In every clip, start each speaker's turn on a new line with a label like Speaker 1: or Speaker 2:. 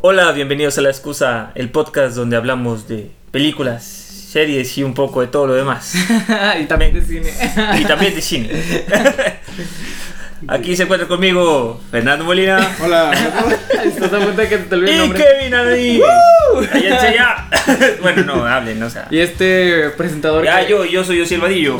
Speaker 1: Hola, bienvenidos a La Excusa, el podcast donde hablamos de películas, series y un poco de todo lo demás.
Speaker 2: y también de cine.
Speaker 1: Y también de cine. Aquí se encuentra conmigo Fernando Molina
Speaker 3: Hola, hola.
Speaker 2: ¿Estás a cuenta que te olvidé el
Speaker 1: y
Speaker 2: nombre?
Speaker 1: Kevin Alí. Cállense ya. bueno, no, hablen, o sea.
Speaker 2: Y este presentador.
Speaker 1: Ya,
Speaker 2: que-
Speaker 1: yo, yo soy yo Silvadillo.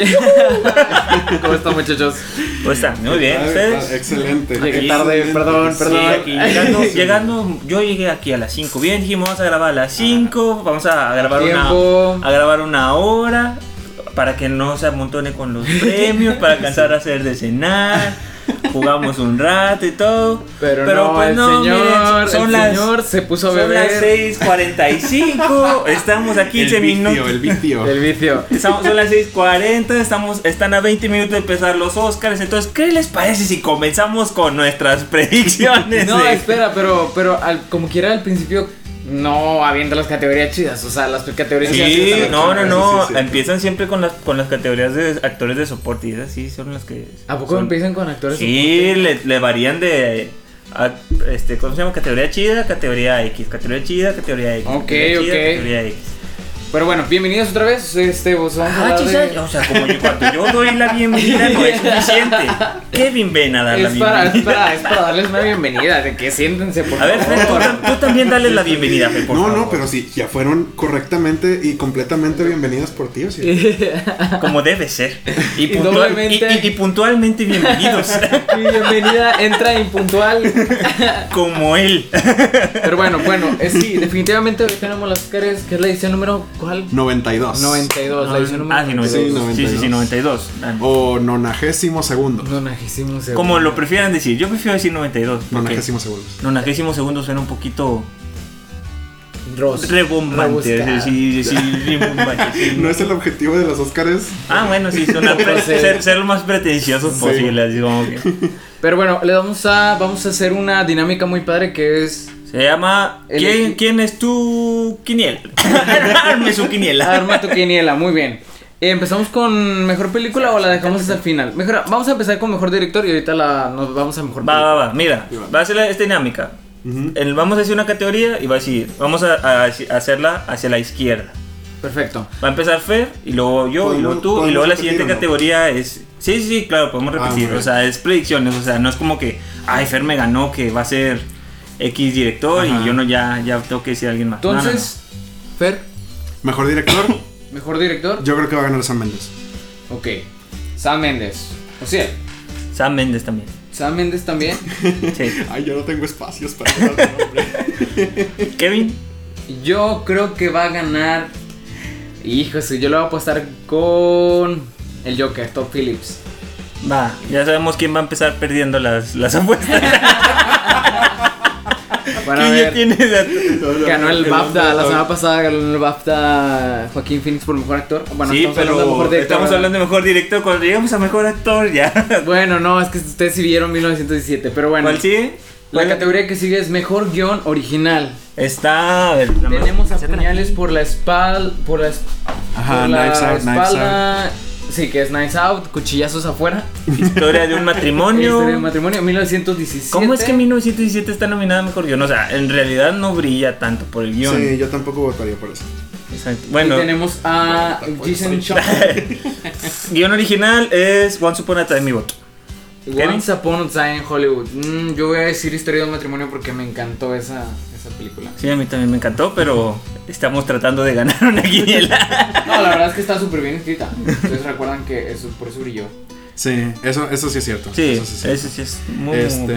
Speaker 2: ¿Cómo están, muchachos?
Speaker 1: ¿Cómo están? Muy bien,
Speaker 3: Ay,
Speaker 1: ¿ustedes?
Speaker 3: Excelente.
Speaker 2: Llegué
Speaker 3: Excelente.
Speaker 2: tarde, perdón,
Speaker 3: Sí.
Speaker 1: Sí,
Speaker 2: perdón.
Speaker 1: aquí llegando, llegando, yo llegué aquí a las 5. Bien, dijimos, vamos a grabar a las 5, vamos a grabar
Speaker 2: Tiempo.
Speaker 1: una a grabar una hora para que no se amontone con los premios, para alcanzar a hacer de cenar. Jugamos un rato y todo.
Speaker 2: Pero, no,
Speaker 1: pues,
Speaker 2: el señor, el señor se puso a
Speaker 1: son las
Speaker 2: beber
Speaker 1: 6:45. Estamos a 15
Speaker 3: el
Speaker 1: minutos.
Speaker 3: vicio, el vicio.
Speaker 2: el vicio.
Speaker 1: Estamos- son las 6:40, estamos, están a 20 minutos de empezar los Oscars. Entonces, ¿qué les parece si comenzamos con nuestras predicciones?
Speaker 2: No,
Speaker 1: de-
Speaker 2: espera, pero, pero al- como quiera al principio no avienta las categorías chidas, o sea, las categorías chidas
Speaker 1: Sí,
Speaker 2: están las
Speaker 1: no, no,
Speaker 2: chidas.
Speaker 1: no.
Speaker 3: Sí, sí, sí.
Speaker 1: Empiezan siempre con las con las categorías de actores de soporte y esas sí son las que.
Speaker 2: ¿A poco
Speaker 1: son-
Speaker 2: empiezan con actores?
Speaker 1: Sí, le, le varían de. a- este, ¿Cómo se llama? Categoría chida, categoría X, categoría chida, categoría X.
Speaker 2: Ok,
Speaker 1: categoría chida,
Speaker 2: ok.
Speaker 1: Categoría X.
Speaker 2: Pero bueno, bienvenidos otra vez. Este, vos vamos a
Speaker 1: Ah,
Speaker 2: hablar
Speaker 1: chisa,
Speaker 2: de-
Speaker 1: o sea, como yo, cuando yo doy la bienvenida no es suficiente. Kevin ven a dar la
Speaker 2: Es para, es,
Speaker 1: bienvenida.
Speaker 2: para, es para darles una bienvenida, de que siéntense, por
Speaker 1: A ver, Fer, tú,
Speaker 2: favor.
Speaker 1: tam- tú también dale la bienvenida, Fer, por
Speaker 3: No, no,
Speaker 1: favor.
Speaker 3: pero sí, ya fueron correctamente y completamente bienvenidas por ti, o sea.
Speaker 1: Como debe ser. Y,
Speaker 2: Y
Speaker 1: puntual-
Speaker 2: doblemente-
Speaker 1: y- y- y puntualmente bienvenidos.
Speaker 2: Mi bienvenida entra impuntual.
Speaker 1: como él.
Speaker 2: Pero bueno, bueno, eh, sí, definitivamente hoy tenemos las Oscars, que es la edición número ¿cuál?
Speaker 3: 92.
Speaker 2: 92, la edición número
Speaker 1: Ah, sí,
Speaker 2: 92.
Speaker 1: 92. Sí, sí, sí, 92. Ah,
Speaker 3: O nonagésimo segundo.
Speaker 2: Nonagésimo segundo.
Speaker 1: Como lo prefieran decir, yo prefiero decir 92. porque
Speaker 3: Nonagésimo segundo.
Speaker 1: Nonagésimo segundo suena un poquito
Speaker 2: Ros-
Speaker 1: rebombante.
Speaker 2: rebuscado.
Speaker 1: Sí, sí, sí, rebombante, sí.
Speaker 3: No es el objetivo de los Óscares.
Speaker 1: Ah, bueno, sí, sonar pre- ser, ser lo más pretenciosos
Speaker 3: Sí.
Speaker 1: posible. así como que.
Speaker 2: Pero bueno, le vamos a vamos a hacer una dinámica muy padre que es
Speaker 1: Se llama
Speaker 2: El-
Speaker 1: ¿Quién, quién es tu quiniel? Arme su quiniel.
Speaker 2: Arma tu quiniela, muy bien. Eh, ¿Empezamos con mejor película o la dejamos hasta el final? Mejor, vamos a empezar con mejor director y ahorita la, nos vamos a mejor
Speaker 1: Va,
Speaker 2: película.
Speaker 1: va, va. Mira, va a ser la- esta dinámica.
Speaker 3: Ujú.
Speaker 1: El- vamos a hacer una categoría y va a decir, vamos a, a- a hacerla hacia la izquierda.
Speaker 2: Perfecto.
Speaker 1: Va a empezar Fer y luego yo y luego
Speaker 3: ¿Podemos-
Speaker 1: tú y
Speaker 3: podemos
Speaker 1: luego la
Speaker 3: repetir
Speaker 1: siguiente
Speaker 3: o no?
Speaker 1: categoría es sí sí sí, claro podemos
Speaker 3: Ah,
Speaker 1: repetir
Speaker 3: muy
Speaker 1: o sea es predicciones o sea no es como que ay Fer me ganó que va a ser X director y
Speaker 2: Ajá.
Speaker 1: yo no ya ya tengo que decir a alguien más No, no, no.
Speaker 2: Entonces, Fer,
Speaker 3: Mejor director,
Speaker 2: mejor director.
Speaker 3: yo creo que va a ganar Sam Mendes.
Speaker 2: Ok. Sam Mendes. O sea,
Speaker 1: Sam Mendes también
Speaker 2: Sam Mendes también.
Speaker 1: sí.
Speaker 3: Ay, yo no tengo espacios para hablar de nombre.
Speaker 1: Kevin
Speaker 2: Yo creo que va a ganar. Hijo, sí, yo lo voy a apostar con el Joker, Top Phillips.
Speaker 1: va ya sabemos quién va a empezar perdiendo las, las apuestas
Speaker 2: Van a
Speaker 1: ¿Quién ya
Speaker 2: ver.
Speaker 1: tiene esa-
Speaker 2: Ganó el BAFTA, la semana
Speaker 3: semana
Speaker 2: pasada ganó el BAFTA Joaquín Phoenix por mejor actor. Bueno,
Speaker 1: sí
Speaker 2: estamos hablando de
Speaker 1: pero
Speaker 2: mejor director,
Speaker 1: estamos
Speaker 2: ¿verdad?
Speaker 1: hablando de mejor director cuando lleguemos a mejor actor ya
Speaker 2: Bueno, no, es que ustedes sí vieron 1917, pero bueno.
Speaker 1: ¿cuál sigue
Speaker 2: La categoría que sigue es mejor guión original.
Speaker 1: está a ver, nada más-
Speaker 2: Tenemos a Puñales por la espalda, por la, es-
Speaker 3: Ajá,
Speaker 2: por la
Speaker 3: Knives Out, Knives
Speaker 2: espalda. Sí, que es Knives Out, cuchillazos afuera.
Speaker 1: historia de un matrimonio
Speaker 2: Historia de matrimonio 1917.
Speaker 1: ¿Cómo es que 1917 está nominada a mejor guión? O sea, en realidad no brilla tanto por el guión.
Speaker 3: Sí, yo tampoco votaría por eso.
Speaker 1: Exacto.
Speaker 2: Bueno,
Speaker 1: Bueno,
Speaker 2: tenemos a
Speaker 3: Bueno, tampoco
Speaker 2: Jason
Speaker 3: soy-
Speaker 2: Chong.
Speaker 1: guión original es Once Upon a Time mi voto. Kevin.
Speaker 2: Once Upon a Time in Hollywood. Mm, yo voy a decir Historia de un matrimonio porque me encantó esa, esa película.
Speaker 1: Sí, a mí también me encantó, pero estamos tratando de ganar una guiñela.
Speaker 2: No, la verdad es que está súper bien escrita. Ustedes recuerdan que eso por eso brilló.
Speaker 3: Sí, eso, eso sí es cierto.
Speaker 1: Sí,
Speaker 3: eso es cierto.
Speaker 1: eso sí es muy...
Speaker 3: Este.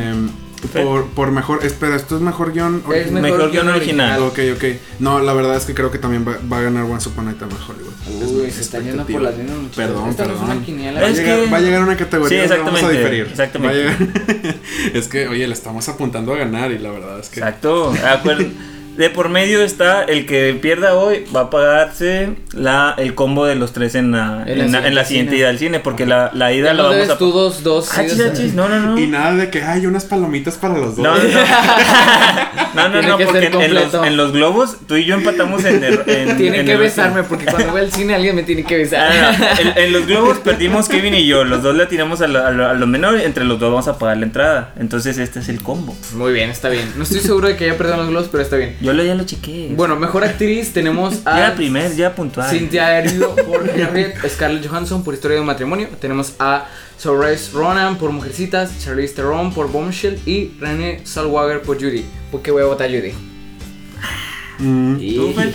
Speaker 1: Fe-
Speaker 3: Por, por mejor. Espera, esto es mejor guión.
Speaker 2: Es
Speaker 3: original?
Speaker 1: mejor guión original.
Speaker 3: Ok, ok. No, la verdad es que creo que también va, va a ganar Once Upon a Time in Hollywood.
Speaker 2: Uy,
Speaker 3: Es mi
Speaker 2: se están yendo
Speaker 3: expectativa.
Speaker 2: por las mismas muchachos.
Speaker 3: Perdón,
Speaker 2: Esta no es
Speaker 3: perdón.
Speaker 2: una quiniela.
Speaker 3: Va a,
Speaker 1: Es
Speaker 3: llegar,
Speaker 1: que-
Speaker 3: va a llegar una categoría
Speaker 1: Sí,
Speaker 3: donde vamos a
Speaker 1: exactamente,
Speaker 3: diferir.
Speaker 1: exactamente.
Speaker 3: Va a llegar- es que, oye, le estamos apuntando a ganar y la verdad es que.
Speaker 1: Exacto. acuer- De por medio está el que pierda hoy va a pagarse la, el combo de los tres en la,
Speaker 2: En la
Speaker 1: en la- en la
Speaker 2: siguiente
Speaker 1: siguiente
Speaker 2: cena.
Speaker 1: ida al cine, porque la, la ida
Speaker 2: Ya
Speaker 1: la
Speaker 2: nos
Speaker 1: vamos
Speaker 2: debes
Speaker 1: a. Ah,
Speaker 2: tú dos, ¿eh? dos.
Speaker 1: Achis,
Speaker 2: sí, o sea,
Speaker 1: achis, no, no, no.
Speaker 3: Y nada de que hay unas palomitas para los dos.
Speaker 1: No, no, no, no,
Speaker 2: Tiene
Speaker 1: no,
Speaker 2: que
Speaker 1: porque
Speaker 2: ser
Speaker 1: en- en los,
Speaker 2: completo.
Speaker 1: en los globos tú y yo empatamos en, el- en-
Speaker 2: Tienen
Speaker 1: en
Speaker 2: que
Speaker 1: el-
Speaker 2: besarme porque cuando voy al cine alguien me tiene que
Speaker 1: Ah,
Speaker 2: besar.
Speaker 1: no, no. En, en los globos perdimos Kevin y yo, los dos le tiramos a lo, a lo- a lo menor y entre los dos vamos a pagar la entrada. Entonces este es el combo.
Speaker 2: Muy bien, está bien. No estoy seguro de que haya perdido los globos, pero está bien.
Speaker 1: Yo lo, ya lo chequé.
Speaker 2: Bueno, ah, mejor actriz tenemos a...
Speaker 1: ya primer, ya puntual.
Speaker 2: Cynthia Erivo por Harriet, Scarlett Johansson por Historia de un matrimonio. Tenemos a Saoirse Ronan por Mujercitas, Charlize Theron por Bombshell y Renée Zellweger por Judy. ¿Por qué voy a votar Judy?
Speaker 3: Mm,
Speaker 1: ¿Tú, Fer?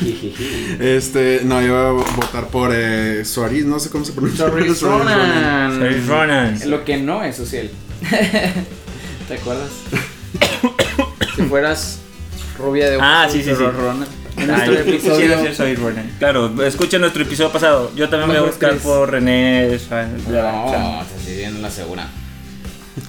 Speaker 3: este, no, yo voy a votar por eh, Suárez, no sé cómo se pronuncia. Suárez
Speaker 2: Saoirse
Speaker 3: Ronan.
Speaker 2: Ronan.
Speaker 1: Soy Ronan.
Speaker 2: Lo que no es social. ¿Te acuerdas? si fueras rubia de ojos
Speaker 1: Ah, sí, sí,
Speaker 2: pero
Speaker 1: sí.
Speaker 2: Ronan. En
Speaker 1: Ay,
Speaker 2: nuestro
Speaker 1: yo quisiera
Speaker 2: episodio
Speaker 1: ser Soy Ronan. Claro, escuchen nuestro episodio pasado. Yo también voy a
Speaker 2: Mejor
Speaker 1: buscar
Speaker 2: actriz.
Speaker 1: por René.
Speaker 4: No, te estoy viendo la segura.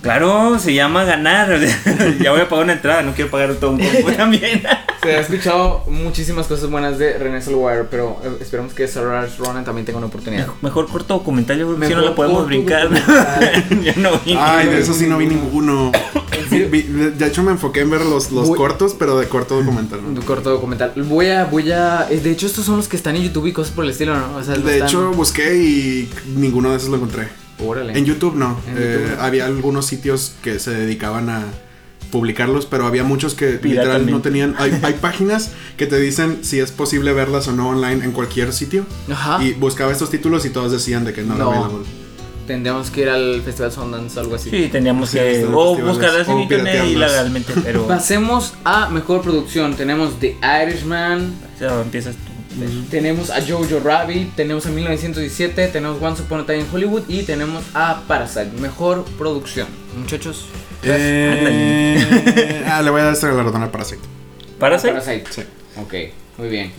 Speaker 1: Claro, se llama ganar. ya voy a pagar una entrada, no quiero pagar todo un combo también.
Speaker 2: se ha escuchado muchísimas cosas buenas de Renée Zellweger, pero eh, esperemos que Saoirse Ronan también tenga una oportunidad.
Speaker 1: Mejor corto documental, yo creo que si no
Speaker 2: Mejor
Speaker 1: lo podemos
Speaker 2: corto
Speaker 1: brincar.
Speaker 2: documental. Ah,
Speaker 1: yo no vi.
Speaker 3: Ay, de eso sí no vi ninguno. Vi- de hecho, me enfoqué en ver los, los
Speaker 2: Voy-
Speaker 3: cortos, pero de corto documental. ¿no?
Speaker 2: Un corto documental. Voy a, voy a. eh, De hecho, estos son los que están en YouTube y cosas por el estilo, ¿no? O sea, no
Speaker 3: De
Speaker 2: están-
Speaker 3: hecho, busqué y ninguno de esos lo encontré.
Speaker 2: Órale.
Speaker 3: En YouTube no.
Speaker 2: En
Speaker 3: Eh,
Speaker 2: YouTube no.
Speaker 3: Había algunos sitios que se dedicaban a publicarlos, pero había muchos que
Speaker 1: Pirata
Speaker 3: literal no
Speaker 1: también.
Speaker 3: tenían. Hay, hay páginas que te dicen si es posible verlas o no online en cualquier sitio.
Speaker 2: Ajá.
Speaker 3: Y buscaba estos títulos y todos decían de que no,
Speaker 2: Ah. No.
Speaker 3: no. available.
Speaker 2: Tendríamos que ir al Festival Sundance o algo así.
Speaker 1: Sí, teníamos
Speaker 3: Sí,
Speaker 1: que
Speaker 3: están
Speaker 1: o
Speaker 3: festivales,
Speaker 1: buscarlas en
Speaker 3: o
Speaker 1: internet
Speaker 3: piratearlas.
Speaker 1: ilegalmente, pero
Speaker 2: Pasemos a mejor producción. Tenemos The Irishman.
Speaker 1: o sea, empiezas tú. Fer.
Speaker 2: Tenemos a Jojo Rabbit, tenemos a 1917, tenemos Once Upon a Time en Hollywood y tenemos a Parasite, mejor producción. Muchachos,
Speaker 3: Eh, ah, le voy a dar esta galardón a Parasite.
Speaker 1: Parasite.
Speaker 2: Parasite.
Speaker 3: Sí.
Speaker 2: Ok, muy bien.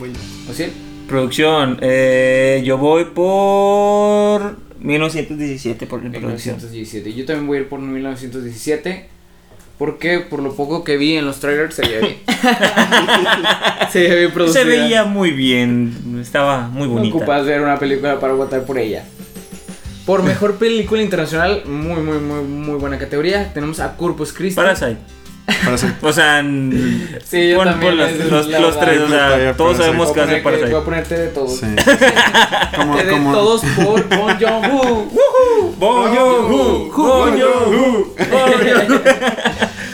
Speaker 2: ¿O sí?
Speaker 1: Producción. eh, yo voy por 1917 por mi producción.
Speaker 2: 1917. Yo también voy a ir por 1917. Porque por lo poco que vi en los trailers se veía bien. se veía bien producida.
Speaker 1: Se veía muy bien, estaba muy
Speaker 2: No
Speaker 1: bonita.
Speaker 2: ocupas ver una película para votar por ella. Por mejor película internacional, muy, muy, muy, muy buena categoría. Tenemos a Corpus Christi.
Speaker 1: Parasite.
Speaker 3: Parasite.
Speaker 1: O sea, n-
Speaker 2: Sí, yo
Speaker 1: pon-
Speaker 2: también,
Speaker 1: pon los,
Speaker 2: es
Speaker 1: los-
Speaker 2: la
Speaker 1: los
Speaker 2: verdad.
Speaker 1: tres, o sea,
Speaker 3: Parasite,
Speaker 1: todos sabemos
Speaker 2: Voy a
Speaker 1: que hace
Speaker 2: poner que- voy a
Speaker 1: Parasite.
Speaker 2: ponerte de todos.
Speaker 3: Sí.
Speaker 2: Te
Speaker 3: Como,
Speaker 2: de
Speaker 3: como-
Speaker 2: todos por Bon Joon-ho.
Speaker 1: Bon Joon-ho, Bon Joon-ho, Bon Joon-ho.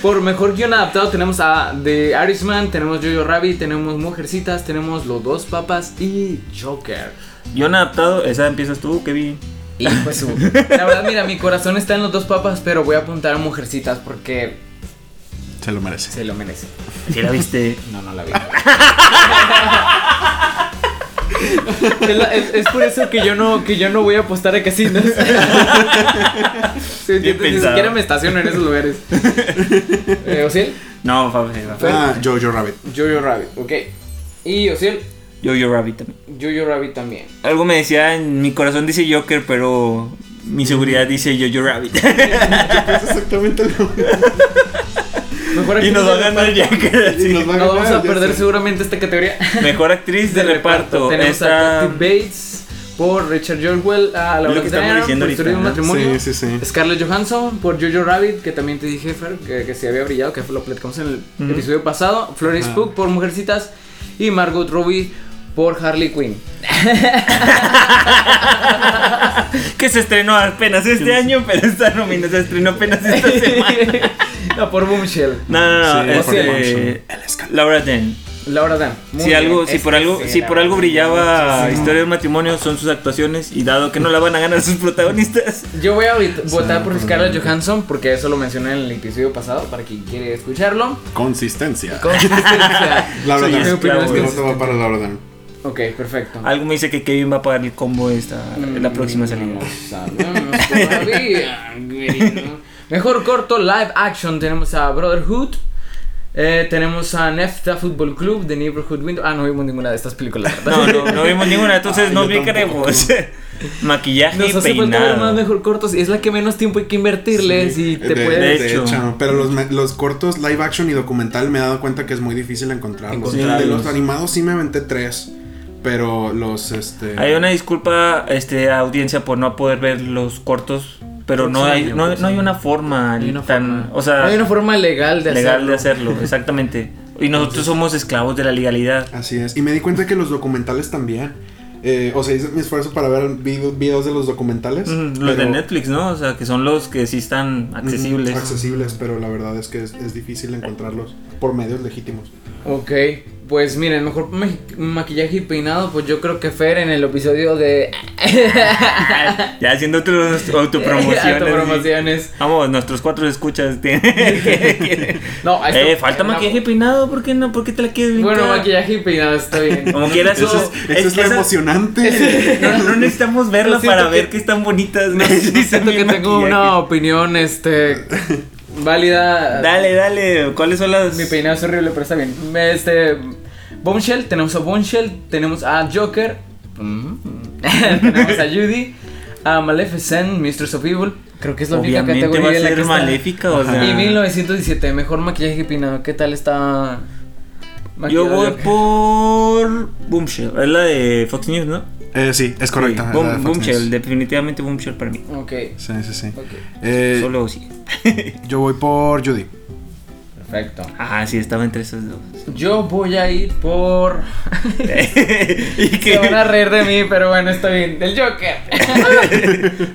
Speaker 2: Por mejor guión adaptado tenemos a The Irishman, tenemos Jojo Rabbit, tenemos Mujercitas, tenemos Los Dos Papas y Joker.
Speaker 1: Guión adaptado, esa empiezas tú, Kevin.
Speaker 2: Y pues su- la verdad, mira, mi corazón está en Los Dos Papas, pero voy a apuntar a Mujercitas porque
Speaker 3: Se lo merece.
Speaker 2: se lo merece.
Speaker 1: Si la viste.
Speaker 4: No, no la vi.
Speaker 2: Es, la- es- es por eso que yo no que yo no voy a apostar a casinos. Sí,
Speaker 1: Bien
Speaker 2: ni
Speaker 1: pensado.
Speaker 2: siquiera me estaciono en esos lugares. Eh, Osiel,
Speaker 1: No, Fabi, Fabi.
Speaker 3: Ah, Jojo Rabbit.
Speaker 2: Jojo Rabbit, ok. Y Osiel,
Speaker 1: Yo, yo, Rabbit también.
Speaker 2: Jojo Rabbit también.
Speaker 1: Algo me decía, en mi corazón dice Joker, pero mi seguridad dice Jojo Rabbit.
Speaker 3: Es exactamente lo mismo.
Speaker 2: Mejor
Speaker 1: y
Speaker 2: actriz
Speaker 1: nos
Speaker 2: de
Speaker 1: va a ganar
Speaker 2: reparto.
Speaker 1: Joker. así.
Speaker 3: Y nos va
Speaker 2: No vamos
Speaker 3: ganar,
Speaker 2: a
Speaker 3: ya
Speaker 2: perder
Speaker 3: sé.
Speaker 2: seguramente esta categoría.
Speaker 1: Mejor actriz de, reparto.
Speaker 2: Tenemos
Speaker 1: Esta-
Speaker 2: a Kathy Bates por Richard Jorwell, a
Speaker 1: lo que
Speaker 2: Laura
Speaker 1: estamos
Speaker 2: Dern
Speaker 1: diciendo
Speaker 2: por Historia de un
Speaker 1: ahorita,
Speaker 2: matrimonio.
Speaker 3: Sí, sí, sí.
Speaker 2: Scarlett Johansson por Jojo Rabbit, que también te dije, Fer, que, que se había brillado, que lo platicamos en el
Speaker 1: Ujú.
Speaker 2: episodio pasado. Florence
Speaker 3: Ajá.
Speaker 2: Pugh por Mujercitas y Margot Robbie por Harley Quinn.
Speaker 1: que se estrenó apenas este año, pero esta nómina se estrenó apenas esta semana.
Speaker 2: no, por Boomshell.
Speaker 1: No, no, no.
Speaker 3: Sí,
Speaker 1: este,
Speaker 3: por Mansion.
Speaker 1: Laura Dern.
Speaker 2: Laura Dern. Muy
Speaker 1: Si
Speaker 2: bien.
Speaker 1: algo, si
Speaker 2: Es
Speaker 1: por
Speaker 2: que
Speaker 1: algo,
Speaker 2: sí,
Speaker 1: si
Speaker 2: la
Speaker 1: por
Speaker 2: verdad,
Speaker 1: algo brillaba
Speaker 2: muchísimo.
Speaker 1: Historia de un matrimonio son sus actuaciones y dado que no la van a ganar sus protagonistas.
Speaker 2: Yo voy a vot- votar por
Speaker 3: perdón.
Speaker 2: Scarlett Johansson porque eso lo mencioné en el episodio pasado para quien quiere escucharlo.
Speaker 3: Consistencia.
Speaker 2: Consistencia.
Speaker 3: Laura
Speaker 1: Soy
Speaker 3: Dern.
Speaker 2: Mi opinión
Speaker 1: esclavo
Speaker 2: es
Speaker 3: Mi
Speaker 1: de
Speaker 2: que-
Speaker 1: los
Speaker 3: voto va para Laura Dern.
Speaker 2: Ok, perfecto.
Speaker 1: Algo me dice que Kevin va a pagar el combo esta Ah,
Speaker 2: Mm.
Speaker 1: la próxima salida.
Speaker 2: No sabemos todavía, güey, ¿no? Mejor corto live action tenemos a Brotherhood. eh, tenemos a Nefta Football Club, The Neighborhood Window. Ah, no vimos ninguna de estas películas. la
Speaker 1: No,
Speaker 2: verdad.
Speaker 1: no, no vimos ninguna, entonces
Speaker 3: Ay,
Speaker 1: no
Speaker 3: yo
Speaker 1: vi
Speaker 3: tampoco.
Speaker 1: queremos. maquillaje
Speaker 2: Nos
Speaker 1: y
Speaker 2: hace falta ver más
Speaker 1: peinado.
Speaker 2: mejor cortos y es la que menos tiempo hay que invertirle si te
Speaker 3: de,
Speaker 2: puedes
Speaker 3: de
Speaker 1: hecho.
Speaker 3: hecho. Pero los, me- los cortos live action y documental me he dado cuenta que es muy difícil encontrarlos.
Speaker 1: Encontrarlos.
Speaker 3: De los animados sí me aventé tres. Pero los este.
Speaker 1: Hay una disculpa este audiencia por no poder ver los cortos, pero no hay no, no hay una forma
Speaker 2: Hay una
Speaker 1: tan,
Speaker 2: forma.
Speaker 1: o sea,
Speaker 2: No hay una forma legal de
Speaker 1: legal
Speaker 2: hacerlo.
Speaker 1: de hacerlo, exactamente. Y nosotros somos esclavos de la legalidad.
Speaker 3: Así es. Y me di cuenta que los documentales también. eh, o sea, hice mi esfuerzo para ver video- videos de los documentales.
Speaker 2: pues,
Speaker 1: Mm, Los de
Speaker 3: pero-
Speaker 1: Netflix, ¿no? O sea, que son los que sí están
Speaker 3: Ujú,
Speaker 1: accesibles.
Speaker 3: accesibles, pero la verdad es que es, es difícil encontrarlos por medios legítimos.
Speaker 2: Ok, pues miren, mejor ma- maquillaje y peinado, pues yo creo que Fer en el episodio de
Speaker 1: ya haciendo otros autopromociones.
Speaker 2: autopromociones.
Speaker 1: Vamos, nuestros cuatro escuchas. tienen-
Speaker 2: No, esto-
Speaker 1: eh, falta
Speaker 2: no.
Speaker 1: maquillaje y peinado, ¿por qué no? ¿Por qué te la quieres brincar?
Speaker 2: Bueno, maquillaje y peinado está bien.
Speaker 1: Como quieras,
Speaker 3: Eso,
Speaker 1: eso
Speaker 3: es, eso es lo
Speaker 1: esa-
Speaker 3: emocionante.
Speaker 1: No, no necesitamos verla
Speaker 2: No siento
Speaker 1: para
Speaker 2: que-
Speaker 1: ver que están bonitas.
Speaker 2: No, no siento que tengo una
Speaker 1: no.
Speaker 2: opinión este válida.
Speaker 1: Dale, dale. ¿Cuáles son las.?
Speaker 2: Mi peinado es horrible, pero está bien. Este. Bombshell, tenemos a Bombshell, tenemos a Joker, tenemos a Judy, a Maleficent, Mistress of Evil. Creo que es la única
Speaker 1: Obviamente
Speaker 2: categoría
Speaker 1: va a
Speaker 2: en la que
Speaker 1: ser
Speaker 2: está.
Speaker 1: maléfica, o sea.
Speaker 2: Y 1917, mejor maquillaje y peinado. ¿Qué tal está?
Speaker 1: Yo voy
Speaker 2: maquillado?
Speaker 1: por. Boomshell. Es la de Fox News, ¿no?
Speaker 3: Eh, sí, es correcta.
Speaker 1: Sí, Boom-
Speaker 3: la de Fox
Speaker 1: Boomshell.
Speaker 3: News.
Speaker 1: Definitivamente Boomshell para mí.
Speaker 2: Ok,
Speaker 3: Sí, sí, sí.
Speaker 2: ok.
Speaker 3: Eh,
Speaker 1: Solo sí.
Speaker 3: Yo voy por Judy.
Speaker 4: Perfecto.
Speaker 1: Ah, sí, estaba entre esos dos.
Speaker 2: Yo voy a ir por.
Speaker 1: y
Speaker 2: Se van a
Speaker 1: que...
Speaker 2: reír de mí, pero bueno, está bien. Del Joker.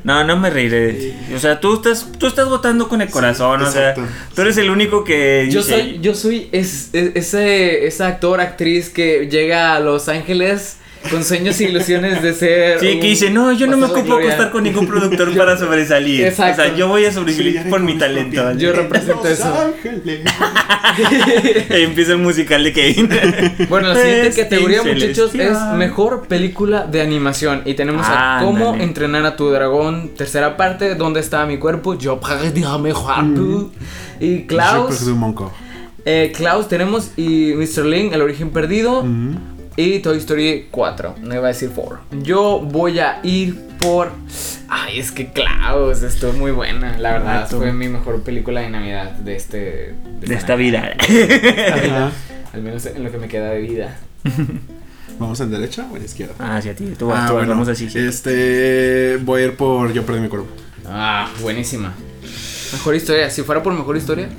Speaker 1: No, no me reiré de ti. O sea, tú estás, tú estás votando con el corazón. o sea,
Speaker 3: exacto.
Speaker 1: tú eres el único que.
Speaker 2: Yo
Speaker 1: dice,
Speaker 2: soy, yo soy es- es- ese, ese actor, actriz que llega a Los Ángeles con sueños e ilusiones de ser.
Speaker 1: Sí,
Speaker 2: un
Speaker 1: que dice, no, yo no me
Speaker 2: pastor de
Speaker 1: ocupo
Speaker 2: gloria".
Speaker 1: acostar con ningún productor para sobresalir.
Speaker 2: Exacto.
Speaker 1: O sea, yo voy a sobrevivir
Speaker 3: Brillaré
Speaker 1: por
Speaker 3: con
Speaker 1: mi
Speaker 3: mis
Speaker 1: talento.
Speaker 3: propias-
Speaker 2: Yo represento
Speaker 3: Los
Speaker 2: eso.
Speaker 3: Ángeles.
Speaker 1: Empieza el musical de Kevin.
Speaker 2: Bueno, la siguiente
Speaker 1: Este,
Speaker 2: categoría,
Speaker 1: Festín
Speaker 2: muchachos, es
Speaker 1: celestial.
Speaker 2: mejor película de animación. Y tenemos a
Speaker 1: Ándale.
Speaker 2: Cómo entrenar a tu dragón, tercera parte, ¿Dónde está mi cuerpo? Yo pues, perdí a mi cuerpo.
Speaker 1: Mm.
Speaker 2: Y
Speaker 3: Super
Speaker 2: Klaus,
Speaker 3: Zoom Monco.
Speaker 2: eh, Klaus tenemos y Mr. Link, El origen perdido.
Speaker 1: Mm.
Speaker 3: Ujú.
Speaker 2: Y Toy Story 4, no iba a decir 4. Yo voy a ir por. Ay, es que Klaus, estuvo muy buena. La verdad,
Speaker 1: Exacto.
Speaker 2: fue mi mejor película de Navidad de este.
Speaker 1: De esta vida.
Speaker 3: Ajá.
Speaker 2: Al menos en lo que me queda de vida.
Speaker 3: ¿Vamos en derecha o en izquierda?
Speaker 1: Ah, sí, a ti. Tú vas,
Speaker 3: Ah,
Speaker 1: tú vas,
Speaker 3: bueno.
Speaker 1: vamos así. sí.
Speaker 3: Este. Voy a ir por Yo perdí mi cuerpo.
Speaker 2: Ah, buenísima. Mejor historia. Si fuera por mejor historia,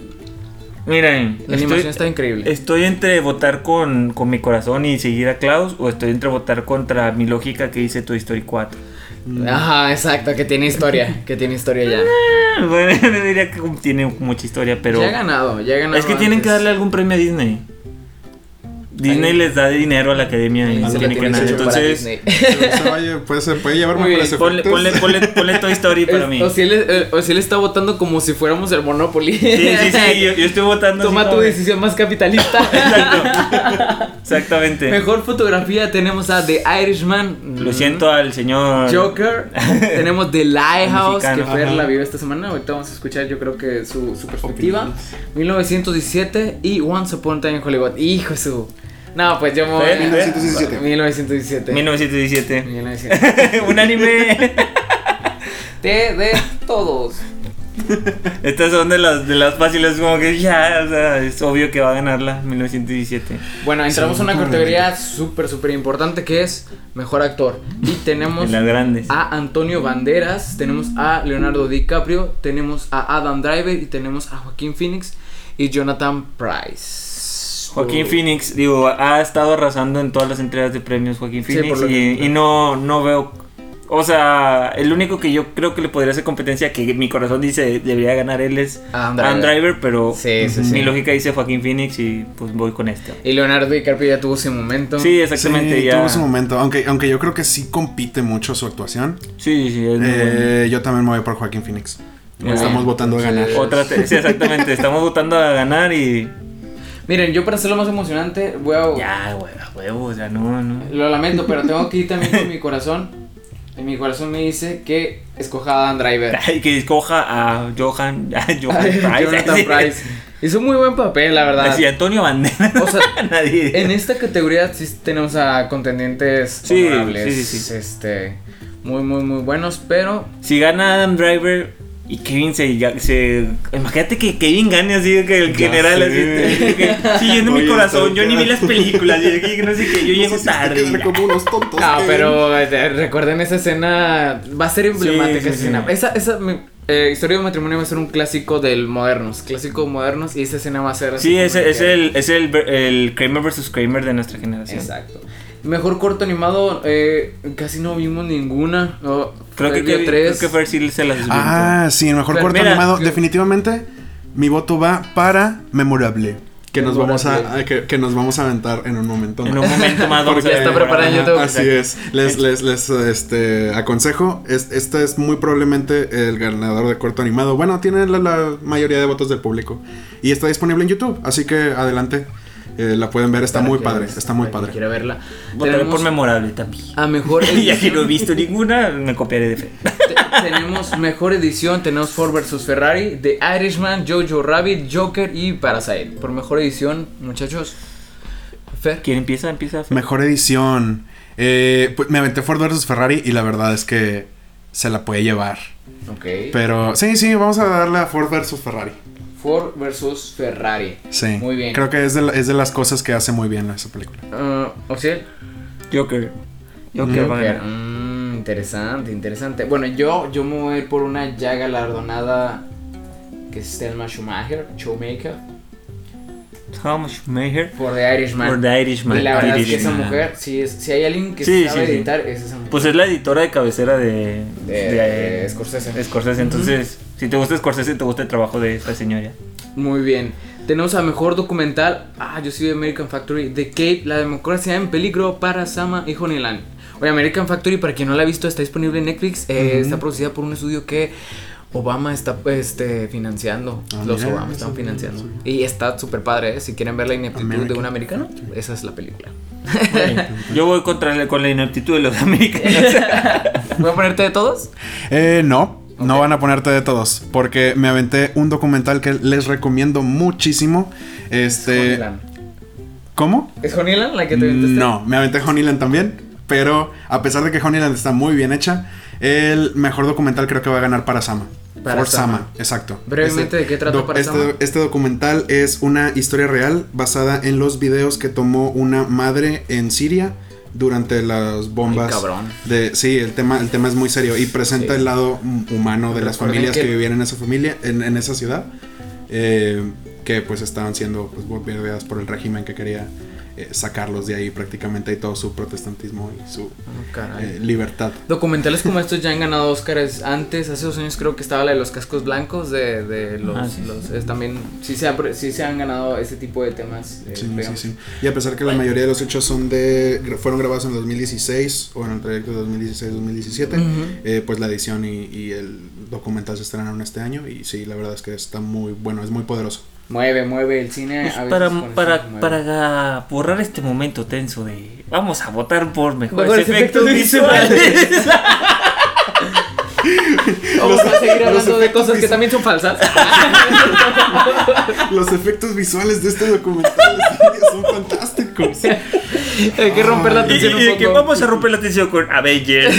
Speaker 1: Miren,
Speaker 2: la animación está increíble.
Speaker 1: estoy entre votar con, con mi corazón y seguir a Klaus o estoy entre votar contra mi lógica que hice Toy Story 4.
Speaker 2: Ajá, exacto, que tiene historia. Que tiene historia ya.
Speaker 1: Ah, Bueno, yo diría que tiene mucha historia, pero...
Speaker 2: ya ha ganado, ya ha ganado.
Speaker 1: Es que tienen
Speaker 2: antes.
Speaker 1: que darle algún premio a Disney. Disney
Speaker 2: Ahí.
Speaker 1: les da dinero a la academia y
Speaker 2: Se
Speaker 1: no
Speaker 2: la
Speaker 1: tiene que
Speaker 2: tienen
Speaker 1: nada.
Speaker 2: hecho para
Speaker 1: Entonces,
Speaker 2: Disney.
Speaker 3: Se vaya, puede, ser- puede llevar
Speaker 2: Muy bien,
Speaker 3: mejores
Speaker 1: ponle,
Speaker 3: efectos.
Speaker 1: ponle, ponle, ponle Toy Story para
Speaker 2: Es-
Speaker 1: mí.
Speaker 2: O si, él, eh, o si él está votando como si fuéramos el Monopoly.
Speaker 1: Sí, sí, sí, yo, yo estoy votando. así
Speaker 2: Toma tu
Speaker 1: como-
Speaker 2: decisión más capitalista.
Speaker 1: Exacto. Exactamente.
Speaker 2: Mejor fotografía tenemos a The Irishman.
Speaker 1: Lo siento al señor.
Speaker 2: Joker. tenemos The Lighthouse, que
Speaker 1: Mexicano,
Speaker 2: Fer
Speaker 3: ajá.
Speaker 2: la vio esta semana. Ahorita vamos a escuchar, yo creo que su, su perspectiva. 1917 y Once Upon a Time in Hollywood. Hijo de su. No, pues yo me voy.
Speaker 1: Fer, Fer.
Speaker 2: 1917.
Speaker 3: 1917.
Speaker 1: 1917.
Speaker 2: 1917.
Speaker 1: Un anime.
Speaker 2: Te de todos.
Speaker 1: Estas son de las, de las fáciles, como que ya, o sea, es obvio que va a ganar la 1917.
Speaker 2: Bueno, entramos
Speaker 3: Sí,
Speaker 2: a una
Speaker 3: como
Speaker 2: categoría súper, súper importante que es mejor actor. Y tenemos
Speaker 1: En las grandes.
Speaker 2: a Antonio Banderas, tenemos a Leonardo DiCaprio, tenemos a Adam Driver y tenemos a Joaquín Phoenix y Jonathan Price.
Speaker 1: Joaquín
Speaker 2: Oh.
Speaker 1: Phoenix, digo, ha estado arrasando en todas las entregas de premios Joaquín
Speaker 2: Sí,
Speaker 1: Phoenix
Speaker 2: por lo
Speaker 1: y,
Speaker 2: que-
Speaker 1: y no, no veo... O sea, el único que yo creo que le podría hacer competencia, que mi corazón dice debería ganar él es
Speaker 2: Adam Driver.
Speaker 1: Adam Driver, pero
Speaker 2: Sí, sí, sí.
Speaker 1: mi lógica dice Joaquín Phoenix y pues voy con esta.
Speaker 2: Y Leonardo DiCaprio ya tuvo ese momento.
Speaker 1: Sí, exactamente,
Speaker 3: Sí,
Speaker 1: ya.
Speaker 3: tuvo su momento. Aunque, aunque yo creo que sí compite mucho su actuación.
Speaker 1: Sí, sí, es muy bueno.
Speaker 3: Eh, yo también me voy por Joaquín Phoenix.
Speaker 1: Muy
Speaker 3: Estamos
Speaker 1: bien.
Speaker 3: votando a ganar.
Speaker 1: Otra, te- sí, exactamente, estamos votando a ganar y...
Speaker 2: Miren, yo para hacerlo más emocionante voy a...
Speaker 1: Ya, güey, a huevo, o sea, no, no.
Speaker 2: Lo lamento, pero tengo que ir también con mi corazón. Y mi corazón me dice que escoja a Adam Driver.
Speaker 1: Ay, que escoja a Johan, a Johan Price.
Speaker 2: Jonathan
Speaker 1: así.
Speaker 2: Price. Hizo muy buen papel, la verdad.
Speaker 1: Así, Antonio Banderas.
Speaker 2: O sea,
Speaker 1: Nadie.
Speaker 2: En esta categoría sí tenemos a contendientes
Speaker 1: Sí,
Speaker 2: honorables.
Speaker 1: sí, sí, sí.
Speaker 2: Este, muy, muy, muy buenos, pero
Speaker 1: Si gana Adam Driver y Kevin se, ya- se- Imagínate que Kevin gane así, de que el
Speaker 3: Ya
Speaker 1: general
Speaker 3: sé.
Speaker 1: así. de que- siguiendo mi
Speaker 3: Oye,
Speaker 1: corazón,
Speaker 3: está
Speaker 1: yo ni vi
Speaker 3: quedando.
Speaker 1: las películas. Y de que no sé qué, yo llego
Speaker 3: Nos hiciste
Speaker 1: tarde. y
Speaker 3: quedar
Speaker 1: ya.
Speaker 3: como unos tontos.
Speaker 2: No,
Speaker 3: Kevin.
Speaker 2: pero eh, recuerden esa escena. Va a ser emblemática
Speaker 1: sí,
Speaker 2: esa
Speaker 1: sí.
Speaker 2: escena. Esa, esa me- eh, historia de matrimonio va a ser un clásico del modernos. Clásico modernos. Y esa escena va a ser así
Speaker 1: Sí,
Speaker 2: como
Speaker 1: es,
Speaker 2: que-
Speaker 1: es el, es el, el Kramer versus Kramer de nuestra generación.
Speaker 2: Exacto. Mejor corto animado, eh, casi no vimos ninguna. No,
Speaker 1: Creo que,
Speaker 2: Fabio
Speaker 1: Kevin-
Speaker 2: tres.
Speaker 1: creo que Fer sí se las desventó.
Speaker 3: Ah, sí, el mejor
Speaker 1: Pero
Speaker 3: corto
Speaker 1: mira,
Speaker 3: animado.
Speaker 2: yo-
Speaker 3: Definitivamente, mi voto va para Memorable. Que nos, vamos a,
Speaker 2: Memorable.
Speaker 3: a- que, que nos vamos a aventar en un momento
Speaker 1: En
Speaker 3: más.
Speaker 1: un momento más vamos
Speaker 3: Porque
Speaker 1: a ver.
Speaker 2: está preparada en
Speaker 1: Ajá.
Speaker 2: YouTube.
Speaker 3: Así es. Les, les, les este, aconsejo. Es, este es muy probablemente el ganador de corto animado. Bueno, tiene la, la mayoría de votos del público. Y está disponible en YouTube. Así que adelante. eh, la pueden ver. Está
Speaker 2: Para
Speaker 3: muy
Speaker 2: que-
Speaker 3: padre. Está muy
Speaker 2: para quien
Speaker 3: padre.
Speaker 2: Quiera verla.
Speaker 1: Votaré por
Speaker 2: Tenemos
Speaker 1: memorable también.
Speaker 2: a mejor
Speaker 1: ya que no he
Speaker 2: edición.
Speaker 1: visto ninguna, me copiaré de Fer.
Speaker 2: Te- tenemos mejor edición, tenemos Ford vs Ferrari, The Irishman, Jojo Rabbit, Joker y Parasite. Por mejor edición, muchachos. Fer.
Speaker 1: ¿Quién empieza? Empieza Fer.
Speaker 3: Mejor edición. Eh, pues, me aventé Ford versus Ferrari y la verdad es que se la puede llevar.
Speaker 2: Ok.
Speaker 3: Pero sí, sí, vamos a darle a Ford versus Ferrari.
Speaker 2: Ford versus Ferrari.
Speaker 3: Sí.
Speaker 2: Muy bien.
Speaker 3: Creo que es de, la- es de las cosas que hace muy bien esa película.
Speaker 2: Ah, Ociel.
Speaker 1: Joker.
Speaker 2: Joker.
Speaker 1: Joker va a ganar.
Speaker 2: Mm, interesante, interesante. Bueno, yo, yo me voy a ir por una ya galardonada que es Thelma Schumacher, Showmaker,
Speaker 1: Tom Schmeyer
Speaker 2: por The Irishman.
Speaker 1: por The Irishman.
Speaker 2: Y la verdad es que esa
Speaker 1: Irishman.
Speaker 2: mujer, si, es- si hay alguien que
Speaker 1: Sí,
Speaker 2: sabe
Speaker 1: sí, sí.
Speaker 2: editar, es esa mujer.
Speaker 1: Pues es la editora de cabecera de, eh,
Speaker 2: De- de Scorsese.
Speaker 1: Scorsese. Entonces, si te gusta Scorsese, te gusta el trabajo de esta señora.
Speaker 2: Muy bien. Tenemos a mejor documental. Ah, yo soy de American Factory. The Cape, la democracia en peligro para Sama y Honeyland. Oye, American Factory, para quien no la ha visto, está disponible en Netflix. Eh, Está producida por un estudio que Obama está este, financiando.
Speaker 3: Ah,
Speaker 2: Los
Speaker 3: mira,
Speaker 2: Obama
Speaker 3: eso
Speaker 2: están
Speaker 3: no
Speaker 2: financiando.
Speaker 3: sabía.
Speaker 2: Y está súper padre. ¿eh? Si quieren ver la ineptitud de
Speaker 3: American
Speaker 2: un americano, esa es la película. pues.
Speaker 1: Yo voy contra la- con la ineptitud de los americanos.
Speaker 2: ¿Voy a ponerte de todos?
Speaker 3: Eh, no, no van a ponerte de todos. Porque me aventé un documental que les recomiendo muchísimo. Este.
Speaker 2: Honeyland.
Speaker 3: ¿Cómo?
Speaker 2: ¿Es Honeyland la que te aventaste?
Speaker 3: No, me aventé Honeyland también. Pero a pesar de que Honeyland está muy bien hecha, el mejor documental creo que va a ganar para Sama.
Speaker 2: Para
Speaker 3: Por
Speaker 2: Sama.
Speaker 3: Sama. exacto.
Speaker 2: Brevemente, ¿de qué trata para
Speaker 3: este,
Speaker 2: Sama?
Speaker 3: Este documental es una historia real basada en los videos que tomó una madre en Siria durante las bombas.
Speaker 2: Ay, cabrón.
Speaker 3: De, sí, el tema, el tema es muy serio y presenta
Speaker 2: Sí.
Speaker 3: el lado mm, humano de las
Speaker 2: Recuerden
Speaker 3: familias
Speaker 2: que-
Speaker 3: que, vivían en esa familia, en, en esa ciudad, eh, que pues estaban siendo pues, bombardeadas por el régimen que quería eh, sacarlos de ahí prácticamente y todo su protestantismo y su
Speaker 2: Oh, caray.
Speaker 3: eh, libertad.
Speaker 2: Documentales como estos ya han ganado Óscares antes, hace dos años creo que estaba la de los cascos blancos, de, de los...
Speaker 1: Ah, sí,
Speaker 2: los- es también sí se, ha pre- sí se han ganado ese tipo de temas. eh,
Speaker 3: Sí, sí,
Speaker 2: digamos.
Speaker 3: sí. Y a pesar que la mayoría de los hechos son de gra- fueron grabados en 2016 o en el trayecto de 2016-2017,
Speaker 2: Ujú.
Speaker 3: eh, pues la edición y, y el documental se estrenaron este año y sí, la verdad es que está muy bueno, es muy poderoso.
Speaker 2: Mueve, mueve el cine.
Speaker 1: Pues
Speaker 2: a veces
Speaker 1: para,
Speaker 2: con eso mueve.
Speaker 1: para, para borrar este momento tenso de vamos a votar por mejores,
Speaker 2: Mejores
Speaker 1: efectos,
Speaker 2: efectos
Speaker 1: visuales.
Speaker 2: Vamos a seguir hablando de
Speaker 3: efectos
Speaker 2: cosas que
Speaker 3: visuales.
Speaker 2: también son falsas.
Speaker 3: Los efectos visuales de este documental son fantásticos.
Speaker 2: Hay que romper la
Speaker 1: Y,
Speaker 2: tensión
Speaker 1: y- y
Speaker 2: un
Speaker 1: que
Speaker 2: poco.
Speaker 1: vamos a romper la tensión con Avengers.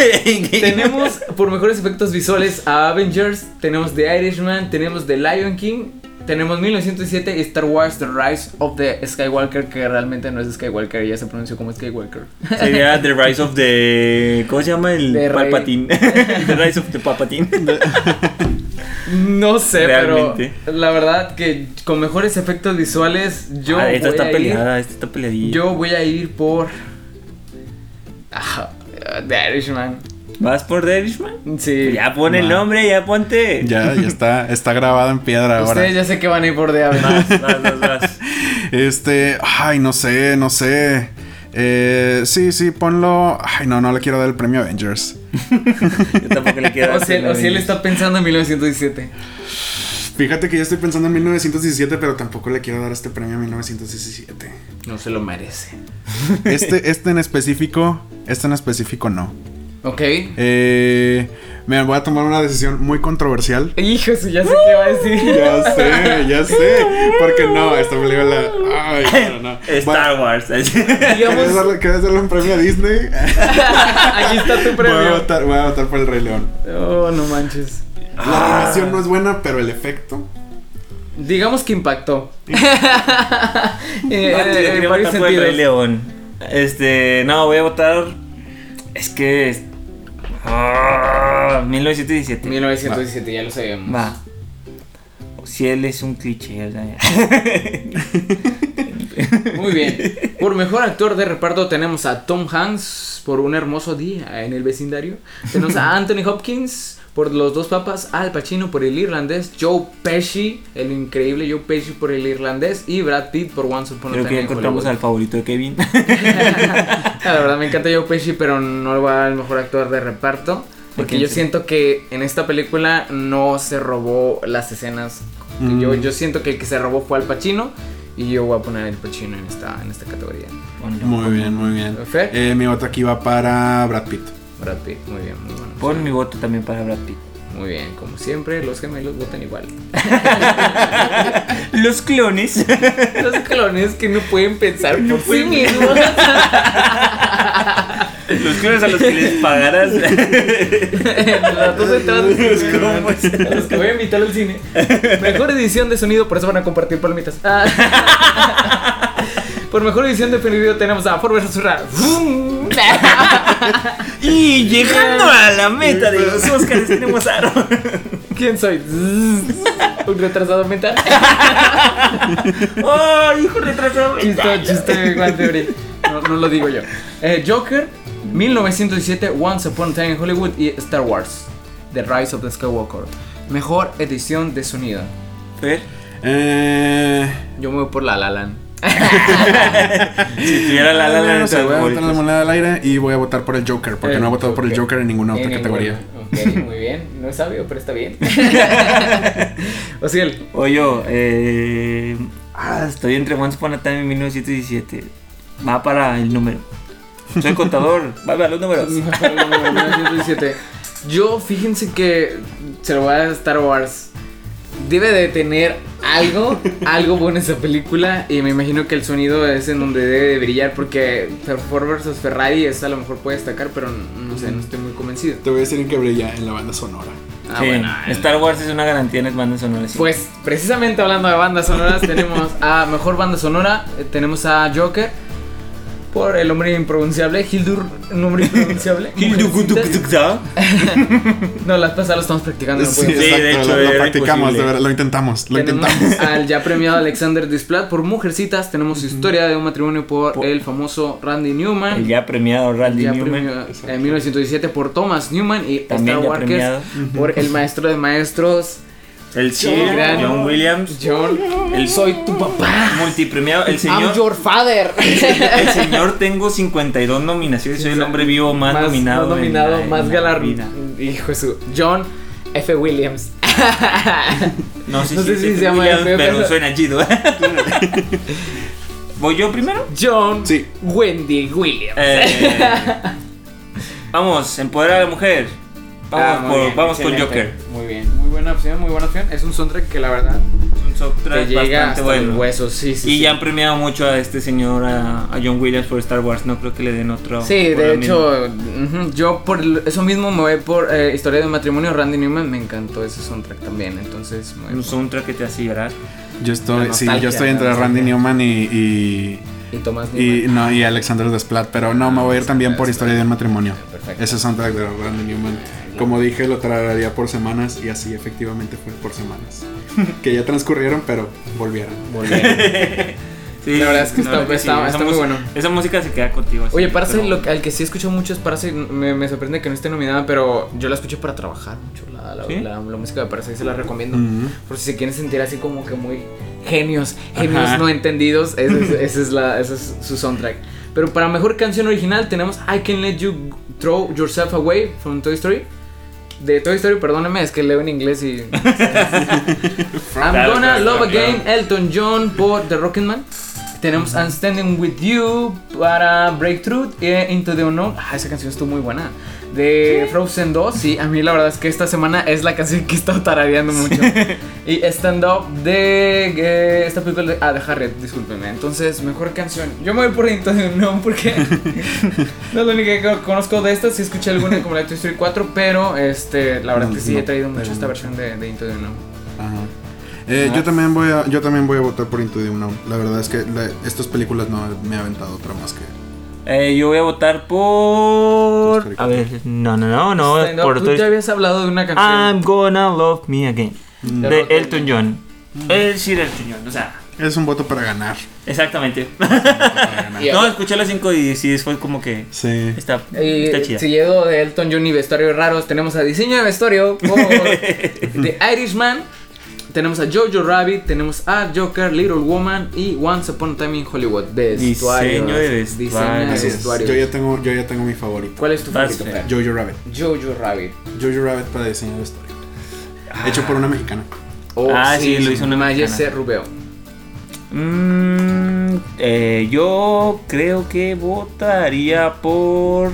Speaker 2: Tenemos por mejores efectos visuales a Avengers, tenemos The Irishman, tenemos The Lion King, tenemos 1907 y Star Wars The Rise of the Skywalker, que realmente no es Skywalker, ya se pronunció como Skywalker.
Speaker 1: Sería The Rise of the. ¿Cómo se llama? El
Speaker 2: The Rey.
Speaker 1: Palpatine. the Rise of the Palpatine.
Speaker 2: No sé,
Speaker 1: Realmente.
Speaker 2: pero la verdad que con mejores efectos visuales yo
Speaker 1: Ah, esta
Speaker 2: voy
Speaker 1: está
Speaker 2: a
Speaker 1: peleada, esta está
Speaker 2: ir,
Speaker 1: peleadilla.
Speaker 2: yo voy a ir por Ah, The Irishman.
Speaker 1: ¿Vas por The Irishman?
Speaker 2: Sí.
Speaker 1: Ya pon el
Speaker 3: Va.
Speaker 1: nombre, ya ponte.
Speaker 3: Ya, ya está, está grabado en piedra ahora.
Speaker 2: Ustedes ya sé que van a ir por The Irishman.
Speaker 1: Vas, vas, vas, vas.
Speaker 3: Este, ay, no sé, no sé. Eh, sí, sí, ponlo. Ay, no, no le quiero dar el premio Avengers.
Speaker 1: Yo tampoco le quiero.
Speaker 2: O si, él- o si él está pensando en 1917.
Speaker 3: Fíjate que yo estoy pensando en 1917, pero tampoco le quiero dar este premio a 1917.
Speaker 2: No se lo merece.
Speaker 3: Este, este en específico, este en específico no.
Speaker 2: Ok.
Speaker 3: Eh, me voy a tomar una decisión muy controversial.
Speaker 2: Hijo, sí, ya sé qué va a decir.
Speaker 3: Ya sé, ya sé. Porque no, esta película. Ay, no, no.
Speaker 1: Star Wars.
Speaker 2: Eh,
Speaker 3: Bueno, ¿Quieres
Speaker 2: Digamos,
Speaker 3: darle, quieres darle un premio a Disney?
Speaker 2: aquí está tu
Speaker 3: Voy a
Speaker 2: premio.
Speaker 3: votar, voy a votar por el Rey León.
Speaker 2: Oh, no manches.
Speaker 3: La
Speaker 2: Ah.
Speaker 3: animación no es buena, pero el efecto.
Speaker 2: Digamos que impactó. Eh,
Speaker 1: Ah, yo
Speaker 2: en
Speaker 1: quería
Speaker 2: varios
Speaker 1: votar por el Rey
Speaker 2: sentidos.
Speaker 1: León. Este, no, voy a votar. Es que. es- Ah, 1917.
Speaker 2: 1917, ya lo sabíamos.
Speaker 1: Va. Si él es un cliché, o sea,
Speaker 2: Muy bien. Por mejor actor de reparto tenemos a Tom Hanks por un hermoso día en el vecindario. Tenemos a Anthony Hopkins por Los dos papas, Al Pacino por el irlandés, Joe Pesci, el increíble Joe Pesci por el irlandés y Brad Pitt por Once Upon a
Speaker 1: Creo
Speaker 2: Time
Speaker 1: que ya
Speaker 2: in
Speaker 1: encontramos al
Speaker 2: Hollywood.
Speaker 1: favorito de Kevin.
Speaker 2: La verdad me encanta Joe Pesci, pero no lo va al mejor actor de reparto. Porque
Speaker 1: Ok,
Speaker 2: yo
Speaker 1: sí.
Speaker 2: siento que en esta película no se robó las escenas. que
Speaker 3: Mm.
Speaker 2: Yo, yo siento que el que se robó fue Al Pacino. Y yo voy a poner Al Pacino en esta, en esta categoría.
Speaker 3: Muy bien, muy bien.
Speaker 2: Fer.
Speaker 3: Eh, mi voto aquí va para Brad Pitt.
Speaker 2: Brad Pitt, muy bien, muy bueno.
Speaker 1: Pon mi voto también para Brad Pitt.
Speaker 2: Muy bien, como siempre, los gemelos votan igual.
Speaker 1: Los clones.
Speaker 2: Los clones que no pueden pensar
Speaker 1: No
Speaker 2: por sí
Speaker 1: pueden.
Speaker 2: mismos.
Speaker 1: Los clones a los que les pagarás.
Speaker 2: Los dos entradas que
Speaker 1: Los
Speaker 2: tuvieron.
Speaker 1: combos.
Speaker 2: A los que voy a invitar al cine. Mejor edición de sonido, por eso van a compartir palomitas. Ah. Por mejor edición de video tenemos a Ford vs. Ferrari.
Speaker 1: y llegando a la meta de los Oscars tenemos a Aaron.
Speaker 2: ¿Quién soy? Un retrasado mental.
Speaker 1: ¡Oh, hijo retrasado!
Speaker 2: Chiste, chiste, Juan de Ori. No, no lo digo yo. Eh, Joker, 1917, Once Upon a Time in Hollywood y Star Wars, The Rise of the Skywalker. Mejor edición de sonido.
Speaker 1: Fer,
Speaker 3: Eh,
Speaker 2: Yo me voy por la La Land.
Speaker 1: si tuviera la la la
Speaker 3: Ah, no
Speaker 1: no
Speaker 3: sé,
Speaker 1: te
Speaker 3: voy a botar la
Speaker 1: favoritos.
Speaker 3: moneda al aire y voy a votar por el Joker, porque
Speaker 2: El
Speaker 3: no he votado por el
Speaker 2: Joker.
Speaker 3: Joker en ninguna
Speaker 2: Eh,
Speaker 3: otra
Speaker 2: En ninguna.
Speaker 3: categoría.
Speaker 2: Ok, muy bien. No es sabio, pero está bien. o sea, el-
Speaker 1: O yo, eh, ah, estoy entre Once Upon a Time y 1917. Va para el número. Soy contador, va para los números.
Speaker 2: 1917. Yo, fíjense que se lo voy a dar a Star Wars. Debe de tener algo, algo bueno esa película. Y me imagino que el sonido es en donde debe de brillar. Porque Ford vs Ferrari, esa a lo mejor puede destacar, pero no sé, no estoy muy convencido.
Speaker 3: Te voy a decir en que brilla en la banda sonora.
Speaker 2: Ah,
Speaker 1: Sí,
Speaker 2: bueno.
Speaker 1: Star Wars es una garantía en las bandas sonoras. sí.
Speaker 2: Pues precisamente hablando de bandas sonoras, tenemos a mejor banda sonora, eh, tenemos a Joker por el hombre impronunciable, Hildur, nombre impronunciable. Mujercitas. No, las pasadas lo estamos practicando. Ah, No pues,
Speaker 3: Sí,
Speaker 1: Sí,
Speaker 2: podemos.
Speaker 3: exacto,
Speaker 1: de hecho,
Speaker 3: lo- lo,
Speaker 1: era
Speaker 3: practicamos,
Speaker 1: imposible.
Speaker 3: de verdad, lo intentamos, lo
Speaker 2: Tenemos
Speaker 3: intentamos.
Speaker 2: al ya premiado Alexander Desplat por Mujercitas, tenemos historia de un matrimonio por el famoso Randy Newman.
Speaker 1: El ya premiado Randy
Speaker 2: ya
Speaker 1: Newman.
Speaker 2: premiado en 1917 por Thomas Newman y
Speaker 1: También
Speaker 2: Star
Speaker 1: ya
Speaker 2: Walkers
Speaker 1: premiado.
Speaker 2: por el maestro de maestros
Speaker 1: El señor
Speaker 2: Gran-
Speaker 1: John Williams.
Speaker 2: John.
Speaker 1: El soy tu papá. Multipremiado. El
Speaker 2: I'm
Speaker 1: señor.
Speaker 2: your father.
Speaker 1: El señor tengo 52 nominaciones. Soy el hombre vivo más, nominado.
Speaker 2: Más
Speaker 1: en
Speaker 2: nominado,
Speaker 1: la- en
Speaker 2: más
Speaker 1: la vida.
Speaker 2: galardón. Hijo de su. John F. Williams.
Speaker 1: No sé
Speaker 2: No
Speaker 1: si,
Speaker 2: sé si
Speaker 1: se
Speaker 2: se llama
Speaker 1: Williams,
Speaker 2: el
Speaker 1: pero
Speaker 2: jefe.
Speaker 1: suena chido. ¿Voy yo primero?
Speaker 2: John
Speaker 3: Sí.
Speaker 2: Wendy Williams.
Speaker 1: Eh, vamos, empoderar a la mujer.
Speaker 2: Ah,
Speaker 1: Vamos,
Speaker 2: muy
Speaker 1: por-
Speaker 2: bien,
Speaker 1: vamos con
Speaker 2: excelente.
Speaker 1: Joker.
Speaker 2: Muy bien, muy buena opción, muy buena opción. Es un soundtrack que la verdad
Speaker 1: Un
Speaker 2: te
Speaker 1: soundtrack
Speaker 2: llega
Speaker 1: bastante
Speaker 2: hasta
Speaker 1: bueno.
Speaker 2: los huesos. Sí, sí.
Speaker 1: Y
Speaker 2: sí.
Speaker 1: ya han premiado mucho a este señor, a, a John Williams por Star Wars. No creo que le den otro.
Speaker 2: Sí,
Speaker 1: por
Speaker 2: de
Speaker 1: la misma.
Speaker 2: hecho, ujú, yo por el- eso mismo me voy por eh, Historia de un matrimonio. Randy Newman me encantó ese soundtrack también. Entonces, muy
Speaker 1: Un soundtrack que te hace llorar.
Speaker 3: Yo estoy,
Speaker 2: La
Speaker 3: sí, yo
Speaker 2: nostalgia,
Speaker 3: estoy
Speaker 2: la
Speaker 3: entre
Speaker 2: nostalgia.
Speaker 3: Randy Newman y, y,
Speaker 2: Y Thomas
Speaker 3: y-
Speaker 2: Newman.
Speaker 3: no, y Alexander Desplat, pero no, me voy a ir también por Historia de un Matrimonio.
Speaker 4: Perfecto.
Speaker 3: Ese soundtrack de Randy Newman. Como dije, lo traería por semanas y así efectivamente fue por semanas. que ya transcurrieron, pero volvieron.
Speaker 2: Muy bien.
Speaker 1: Sí,
Speaker 2: La verdad es que está-
Speaker 1: sí,
Speaker 2: está-
Speaker 1: esa
Speaker 2: está muy
Speaker 1: mus-
Speaker 2: bueno.
Speaker 1: Esa música se queda contigo. así,
Speaker 2: Oye, Parse,
Speaker 1: pero-
Speaker 2: lo, que- al que sí escucho mucho es Parse. Me, me sorprende que no esté nominada, pero yo la escucho para trabajar mucho. La, la,
Speaker 1: ¿Sí?
Speaker 2: la- la música de Parse y se la recomiendo.
Speaker 3: Ujú.
Speaker 2: Por si se quieren sentir así como que muy genios, genios
Speaker 3: Ajá.
Speaker 2: no entendidos, esa es, esa es la, ese es su soundtrack. Pero para mejor canción original tenemos I Can Let You Throw Yourself Away from Toy Story. De Toy Story, perdónenme, es que leo en inglés y. I'm
Speaker 1: Claro,
Speaker 2: Gonna
Speaker 1: claro, claro.
Speaker 2: Love Again, Elton John por The Rocket Man. Tenemos I'm Standing With You para Breakthrough, eh, Into the Unknown. Ah, esa canción estuvo muy buena. de Frozen 2. Sí, a mí la verdad es que esta semana es la canción que he estado tarareando mucho. Y Stand Up de eh, esta película de, ah, de Harriet, discúlpenme. Entonces, mejor canción. Yo me voy por entonces no, porque no es la única que conozco de estas. Sí escuché alguna como la de Toy Story 4, pero este, la verdad
Speaker 3: No,
Speaker 2: que sí
Speaker 3: no,
Speaker 2: he traído
Speaker 3: pero
Speaker 2: mucho esta
Speaker 3: no.
Speaker 2: versión de, de Into the Unknown.
Speaker 3: Ajá. Eh, yo también voy a yo también voy a votar por Into the Unknown. La verdad es que la- estas películas no me ha aventado otra más que
Speaker 1: Eh, yo voy a votar por.
Speaker 3: Costa Rica.
Speaker 1: A ver, no, no, no, no,
Speaker 2: Stand Up,
Speaker 1: por
Speaker 2: Tú
Speaker 1: Toy Ah,
Speaker 2: ya habías hablado de una canción.
Speaker 1: I'm gonna love me again.
Speaker 3: Mm.
Speaker 1: De
Speaker 2: Elton
Speaker 1: Elton John. El Sir Elton John, o sea,
Speaker 3: es un voto para ganar.
Speaker 1: exactamente.
Speaker 2: Y-
Speaker 1: no, escuché las 5 y sí, fue como que.
Speaker 3: Sí.
Speaker 1: Está,
Speaker 3: Eh,
Speaker 2: Y
Speaker 1: está chida.
Speaker 2: siguiendo de Elton John y vestuarios raros, tenemos a diseño de vestuario por The Irishman, tenemos a Jojo Rabbit, tenemos a Joker, Little Woman y Once Upon a Time in Hollywood. De vestuarios,
Speaker 1: Diseño de
Speaker 2: Diseño de
Speaker 1: vestuarios.
Speaker 3: Así es.
Speaker 2: vestuarios.
Speaker 3: Yo ya tengo yo ya tengo mi favorito.
Speaker 2: ¿Cuál es tu
Speaker 1: Vas, eh.
Speaker 2: favorito?
Speaker 1: Fer.
Speaker 2: Fer?
Speaker 3: Jojo Rabbit.
Speaker 2: Jojo Rabbit.
Speaker 3: Jojo Rabbit para diseñar la historia. Hecho por una mexicana.
Speaker 2: Oh,
Speaker 1: Ah, sí, lo hizo una
Speaker 2: Maya
Speaker 1: mexicana.
Speaker 2: C. Rubeo.
Speaker 1: Mm, eh, yo creo que votaría por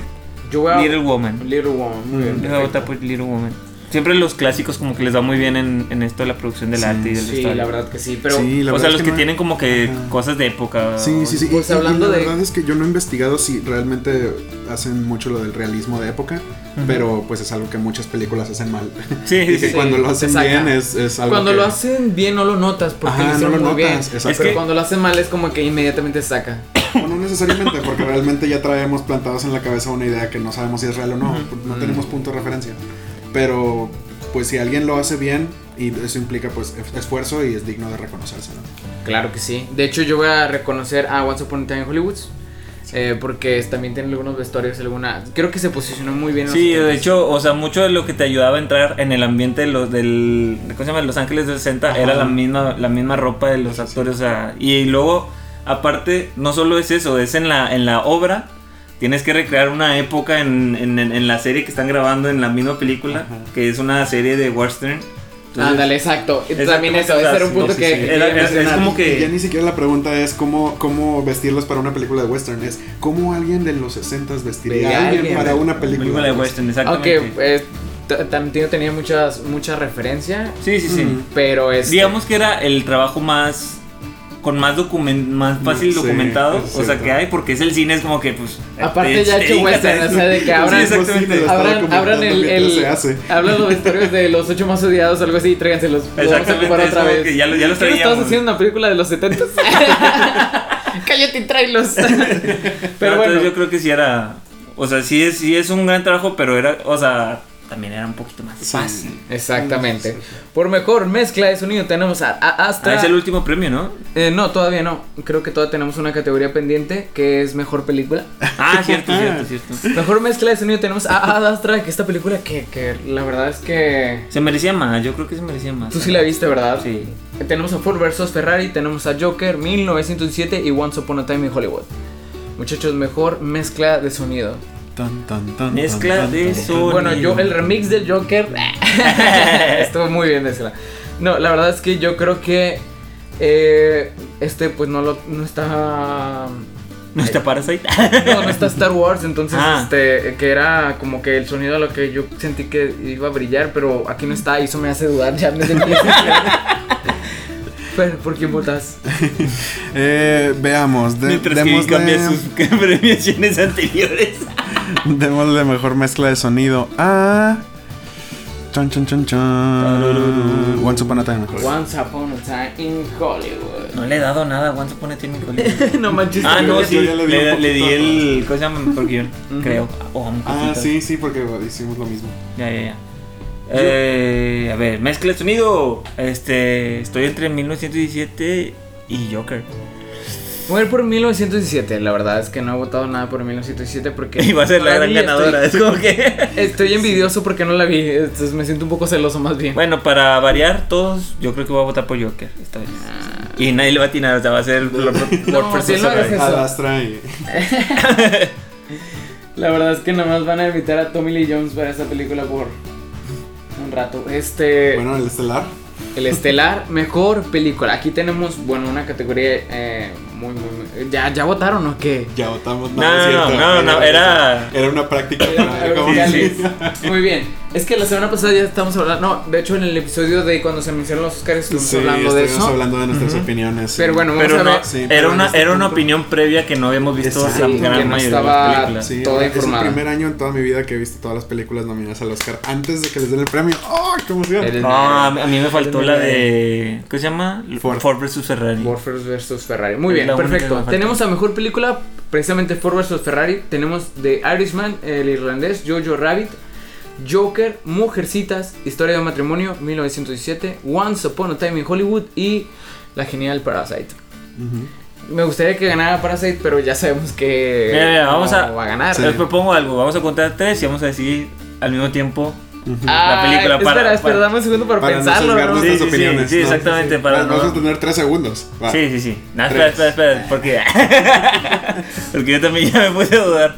Speaker 2: Yo voy a-
Speaker 1: Little Woman. Mm,
Speaker 2: Little Woman, muy bien.
Speaker 1: Yo voy a votar por Little Woman. Siempre los clásicos como que les va muy bien en, en esto de la producción del
Speaker 3: Sí.
Speaker 1: arte y del
Speaker 2: Sí,
Speaker 1: vestuario.
Speaker 2: la verdad que sí, pero
Speaker 3: Sí, la
Speaker 1: o
Speaker 3: verdad
Speaker 1: sea,
Speaker 3: es
Speaker 1: los que,
Speaker 3: no-
Speaker 1: tienen como que
Speaker 3: Ajá.
Speaker 1: cosas de época.
Speaker 3: Sí, sí, sí.
Speaker 2: Pues
Speaker 3: y- y- y
Speaker 2: hablando de-
Speaker 3: La verdad es que yo no he investigado si realmente hacen mucho lo del realismo de época, pero pues es algo que muchas películas hacen mal.
Speaker 1: Sí,
Speaker 3: y que
Speaker 1: sí.
Speaker 3: cuando lo
Speaker 2: te
Speaker 3: hacen
Speaker 2: saca.
Speaker 3: bien es, es algo
Speaker 2: cuando
Speaker 3: que-
Speaker 2: lo hacen bien no lo notas porque
Speaker 3: Ajá,
Speaker 2: lo
Speaker 3: no
Speaker 2: hicieron
Speaker 3: lo
Speaker 2: muy bien.
Speaker 3: notas.
Speaker 1: Es
Speaker 3: Exacto.
Speaker 1: que-
Speaker 2: Pero cuando lo hacen mal es como que inmediatamente se saca.
Speaker 3: Bueno, no necesariamente, porque realmente ya traemos plantados en la cabeza una idea que no sabemos si es real o no. No tenemos punto de referencia. Pero pues si alguien lo hace bien y eso implica pues es- esfuerzo y es digno de reconocerse. ¿no?
Speaker 2: Claro que sí. De hecho, yo voy a reconocer a Once Upon a Time in Hollywood. eh, porque también tiene algunos vestuarios, alguna. Creo que se posicionó muy bien. en los
Speaker 1: Sí, de
Speaker 2: 70s.
Speaker 1: hecho, o sea, mucho de lo que te ayudaba a entrar en el ambiente de los del ¿cómo se llama? Los Ángeles del 60
Speaker 3: Ajá.
Speaker 1: era la misma la misma ropa de los actores, o sea, y luego aparte no solo es eso, es en la en la obra tienes que recrear una época en, en- en- en la serie que están grabando en la misma película, que es una serie de western. Entonces,
Speaker 2: Ándale, exacto. Y
Speaker 1: Exacto,
Speaker 2: También eso,
Speaker 1: o sea,
Speaker 2: ese era un
Speaker 1: sí,
Speaker 2: punto
Speaker 1: sí,
Speaker 2: que.
Speaker 1: sí.
Speaker 2: quería
Speaker 1: Era- era- es
Speaker 2: mencionar.
Speaker 1: como que-
Speaker 3: Y ya ni siquiera la pregunta es cómo, cómo vestirlos para una película de western. Es cómo alguien de los 60 vestiría
Speaker 2: Vería
Speaker 3: a alguien
Speaker 2: alguien.
Speaker 3: para una película,
Speaker 1: película de western, exactamente.
Speaker 2: Aunque eh, t- Tarantino tenía muchas, mucha referencia.
Speaker 1: Sí, sí, sí.
Speaker 3: Mm.
Speaker 2: Pero este, es.
Speaker 1: Digamos que era el trabajo más con más documen- más fácil
Speaker 3: Sí,
Speaker 1: documentado,
Speaker 3: es
Speaker 1: o sea
Speaker 3: cierto.
Speaker 1: que hay porque es el cine es como que pues
Speaker 2: Aparte ya
Speaker 1: te
Speaker 2: hecho
Speaker 1: dedicas a
Speaker 2: western, o
Speaker 1: eso.
Speaker 2: sea, de que
Speaker 1: Sí,
Speaker 2: ahora
Speaker 1: exactamente.
Speaker 3: Lo estaba
Speaker 2: Abran,
Speaker 3: comentando
Speaker 2: abran el,
Speaker 3: mientras
Speaker 2: el-
Speaker 3: se hace.
Speaker 2: hablan los vestuarios de los ocho más odiados, algo así, y tráiganselos. Los vamos a
Speaker 1: Exactamente,
Speaker 2: ocupar
Speaker 1: es
Speaker 2: otra
Speaker 1: como
Speaker 2: vez.
Speaker 1: que ya lo- ya los
Speaker 2: ¿Qué nos
Speaker 1: traíamos.
Speaker 2: estabas haciendo una película de los 70 Cállate y tráelos.
Speaker 1: Pero
Speaker 2: Pero bueno,
Speaker 1: entonces yo creo que sí era, o sea, sí es sí es un gran trabajo, pero era, o sea, también era un poquito más fácil.
Speaker 2: exactamente. Por mejor mezcla de sonido tenemos a, a- hasta
Speaker 1: Ah, es el último premio, ¿no?
Speaker 2: Eh, no, todavía no. Creo que todavía tenemos una categoría pendiente que es mejor película.
Speaker 1: Ah, cierto, cierto, cierto.
Speaker 2: Mejor mezcla de sonido tenemos a Ad Astra, que esta película que, que la verdad es que
Speaker 1: Se merecía más, yo creo que se merecía más.
Speaker 2: Tú sí la viste, ¿verdad?
Speaker 1: Sí.
Speaker 2: Tenemos a Ford versus Ferrari, tenemos a Joker 1907 y Once Upon a Time in Hollywood. Muchachos, mejor mezcla de sonido.
Speaker 3: Tan, tan, tan,
Speaker 1: Mezcla
Speaker 3: tan, tan,
Speaker 1: de
Speaker 3: tan,
Speaker 1: eso.
Speaker 3: tan.
Speaker 2: Bueno, yo el remix del Joker estuvo muy bien mezcla. No, la verdad es que yo creo que eh, este pues no lo no está
Speaker 1: No está Parasite.
Speaker 2: no, no está Star Wars, entonces
Speaker 1: Ah.
Speaker 2: este que era como que el sonido a lo que yo sentí que iba a brillar, pero aquí no está y eso me hace dudar ya desde el inicio. Pero, ¿por quién votas?
Speaker 3: Eh, veamos, de,
Speaker 1: Mientras que
Speaker 3: démosle-
Speaker 1: cambia sus premiaciones anteriores.
Speaker 3: Démosle mejor mezcla de sonido a. Chan, chan, chan, chan. Once Upon a Time.
Speaker 1: Pues-
Speaker 3: mejor.
Speaker 2: Once Upon a Time in Hollywood.
Speaker 1: No le he dado nada, Once Upon a Time in Hollywood.
Speaker 2: no manches.
Speaker 1: Ah,
Speaker 3: Yo
Speaker 1: no,
Speaker 3: ya-
Speaker 1: sí,
Speaker 3: yo ya le
Speaker 1: le,
Speaker 3: di un
Speaker 1: le di
Speaker 3: poquito
Speaker 1: el. ¿Cómo se llama? Mejor guión, creo. O un
Speaker 3: Ah,
Speaker 1: poquito.
Speaker 3: sí, sí, porque hicimos lo mismo.
Speaker 1: Ya, ya, ya. Eh, a ver, mezcla de sonido. Este, estoy entre 1917 y Joker.
Speaker 2: Voy a ir por 1917. La verdad es que no he votado nada por 1917 porque.
Speaker 1: Y va a ser
Speaker 2: no
Speaker 1: la gran
Speaker 2: vi,
Speaker 1: ganadora.
Speaker 2: Estoy,
Speaker 1: Es como que.
Speaker 2: estoy envidioso porque no la vi. Entonces me siento un poco celoso más bien.
Speaker 1: Bueno, para variar todos, yo creo que voy a votar por Joker esta vez.
Speaker 3: Ah.
Speaker 1: Y nadie le va a atinar, o sea, va a ser Lord, Lord
Speaker 2: No,
Speaker 1: versus
Speaker 2: sí, no,
Speaker 1: Ferrari.
Speaker 2: Eso.
Speaker 3: Adastra y.
Speaker 2: La verdad es que nomás van a invitar a Tommy Lee Jones para esta película por un rato. Este.
Speaker 3: Bueno, el estelar.
Speaker 2: El estelar, mejor película. Aquí tenemos, bueno, una categoría eh, Muy, muy, muy- ¿Ya, ya votaron o qué?
Speaker 3: Ya votamos.
Speaker 1: No,
Speaker 3: es
Speaker 1: no,
Speaker 3: cierto.
Speaker 1: no, no, era-
Speaker 3: Era una práctica. para ver cómo-
Speaker 1: sí, sí.
Speaker 2: Muy bien. Es que la semana pasada ya estamos hablando. No, de hecho, en el episodio de cuando se mencionaron los Oscars estuvimos
Speaker 3: Sí,
Speaker 2: hablando de
Speaker 3: estuvimos
Speaker 2: eso.
Speaker 3: hablando de nuestras opiniones. sí.
Speaker 2: Pero bueno, vamos
Speaker 1: Pero
Speaker 2: a ver.
Speaker 1: no,
Speaker 3: sí, pero
Speaker 1: era,
Speaker 3: en
Speaker 1: una,
Speaker 3: este
Speaker 1: era una
Speaker 3: punto-
Speaker 1: opinión previa que no habíamos visto
Speaker 3: Exacto,
Speaker 1: en
Speaker 2: que
Speaker 1: la gran
Speaker 2: no
Speaker 1: mayoría de
Speaker 2: estaba-
Speaker 1: las películas.
Speaker 3: Sí,
Speaker 2: toda
Speaker 3: es
Speaker 2: informada.
Speaker 3: el primer año en toda mi vida que he visto todas las películas nominadas al Oscar antes de que les den el premio. ¡Oh, qué emoción!
Speaker 2: Eres-
Speaker 1: No, a mí, a mí me faltó
Speaker 2: Eres
Speaker 1: la
Speaker 2: muy
Speaker 1: de. ¿Qué se llama?
Speaker 3: Ford.
Speaker 1: Ford, vs Ferrari.
Speaker 2: Ford vs Ferrari. Muy
Speaker 1: Es
Speaker 2: bien,
Speaker 1: la única que me
Speaker 2: perfecto.
Speaker 1: falta.
Speaker 2: Tenemos la mejor película, precisamente Ford vs Ferrari. Tenemos The Irishman, El Irlandés, Jojo Rabbit, Joker, Mujercitas, Historia de un Matrimonio, 1917, Once Upon a Time in Hollywood y la genial Parasite.
Speaker 3: Ujú.
Speaker 2: Me gustaría que ganara Parasite, pero ya sabemos que
Speaker 1: Mira, mira, vamos
Speaker 2: no
Speaker 1: a-
Speaker 2: va a ganar.
Speaker 1: Les propongo pues, algo. Vamos a contar tres y vamos a decidir al mismo tiempo.
Speaker 2: Ah,
Speaker 1: película para-
Speaker 2: Espera, espera,
Speaker 1: para-
Speaker 2: dame un segundo para,
Speaker 3: Para no
Speaker 2: pensarlo.
Speaker 3: sesgar
Speaker 2: ¿no?
Speaker 1: Sí,
Speaker 3: nuestras
Speaker 1: sí, sí,
Speaker 3: opiniones.
Speaker 1: sí,
Speaker 3: ¿no?
Speaker 1: exactamente, para
Speaker 3: Vamos
Speaker 1: no-
Speaker 3: a tener tres segundos. Va.
Speaker 1: Sí, sí, sí. No, espera,
Speaker 3: Tres.
Speaker 1: espera, espera. Porque, porque yo también ya me puse a dudar.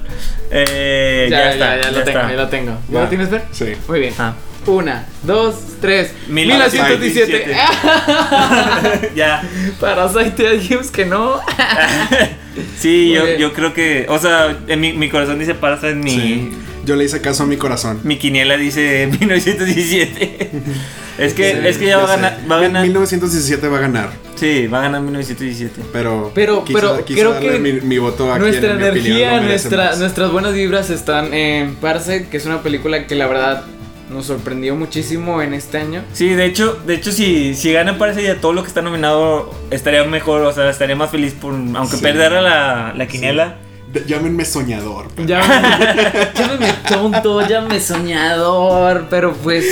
Speaker 1: Eh, ya,
Speaker 2: ya, ya,
Speaker 1: está.
Speaker 2: ya, lo tengo,
Speaker 1: está.
Speaker 2: ya lo tengo. ¿Ya lo
Speaker 3: Va.
Speaker 2: tienes, Fer?
Speaker 3: Sí.
Speaker 2: Muy bien.
Speaker 1: Ah.
Speaker 2: Una, dos, tres.
Speaker 1: 1917.
Speaker 2: 1917. Ah,
Speaker 1: Ya.
Speaker 2: Parasite hay James que no.
Speaker 1: Sí,
Speaker 2: Muy
Speaker 1: yo,
Speaker 2: bien.
Speaker 1: yo creo que. O sea, en mi, mi corazón dice Parasite, mi,
Speaker 3: Sí. Yo le hice caso a mi corazón.
Speaker 1: mi quiniela dice 1917. es que,
Speaker 2: Sí,
Speaker 1: es que ya va a
Speaker 3: sé.
Speaker 1: ganar. Va a
Speaker 3: Mil-
Speaker 1: ganar
Speaker 3: 1917 va a ganar.
Speaker 1: sí, va a ganar 1917.
Speaker 3: Pero,
Speaker 2: Pero-
Speaker 3: quise-
Speaker 2: pero
Speaker 3: quise
Speaker 2: creo
Speaker 3: darle
Speaker 2: que
Speaker 3: mi, mi voto a quien,
Speaker 2: Nuestra
Speaker 3: en mi opinión,
Speaker 2: energía,
Speaker 3: lo merece
Speaker 2: nuestra,
Speaker 3: más.
Speaker 2: nuestras buenas vibras están en Parasite, que es una película que la verdad nos sorprendió muchísimo en este año.
Speaker 1: Sí, de hecho, de hecho si, si gana parece ya todo lo que está nominado estaría mejor, o sea, estaría más feliz por aunque
Speaker 3: Sí.
Speaker 1: perdiera la, la quiniela.
Speaker 3: De- Llámenme soñador. pues. pero-
Speaker 2: Llámame, llámame tonto, llámame soñador, pero pues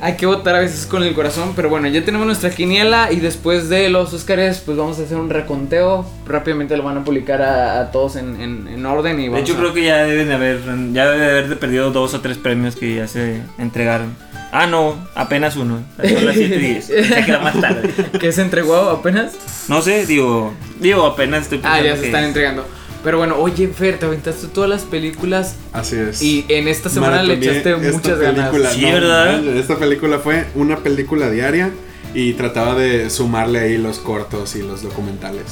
Speaker 2: hay que votar a veces con el corazón. Pero bueno, ya tenemos nuestra quiniela y después de los Óscares, pues vamos a hacer un reconteo. Rápidamente lo van a publicar a, a todos en, en- en orden y
Speaker 1: De
Speaker 2: vamos
Speaker 1: hecho
Speaker 2: a-
Speaker 1: creo que ya deben de haber ya debe de haber de perdido dos o tres premios que ya se entregaron. Ah, no, apenas uno. Son las 7 y 10. O sea, que era más tarde.
Speaker 2: que se entregó apenas.
Speaker 1: No sé, digo, digo apenas estoy
Speaker 2: Ah, ya se
Speaker 1: que-
Speaker 2: están entregando. Pero bueno, oye Fer, te aventaste todas las películas
Speaker 3: Así es.
Speaker 2: y en esta semana le
Speaker 3: Maratoneé
Speaker 2: echaste
Speaker 3: esta
Speaker 2: muchas ganas.
Speaker 3: película,
Speaker 1: Sí, ¿verdad?
Speaker 3: manches, Esta película fue una película diaria y trataba de sumarle ahí los cortos y los documentales.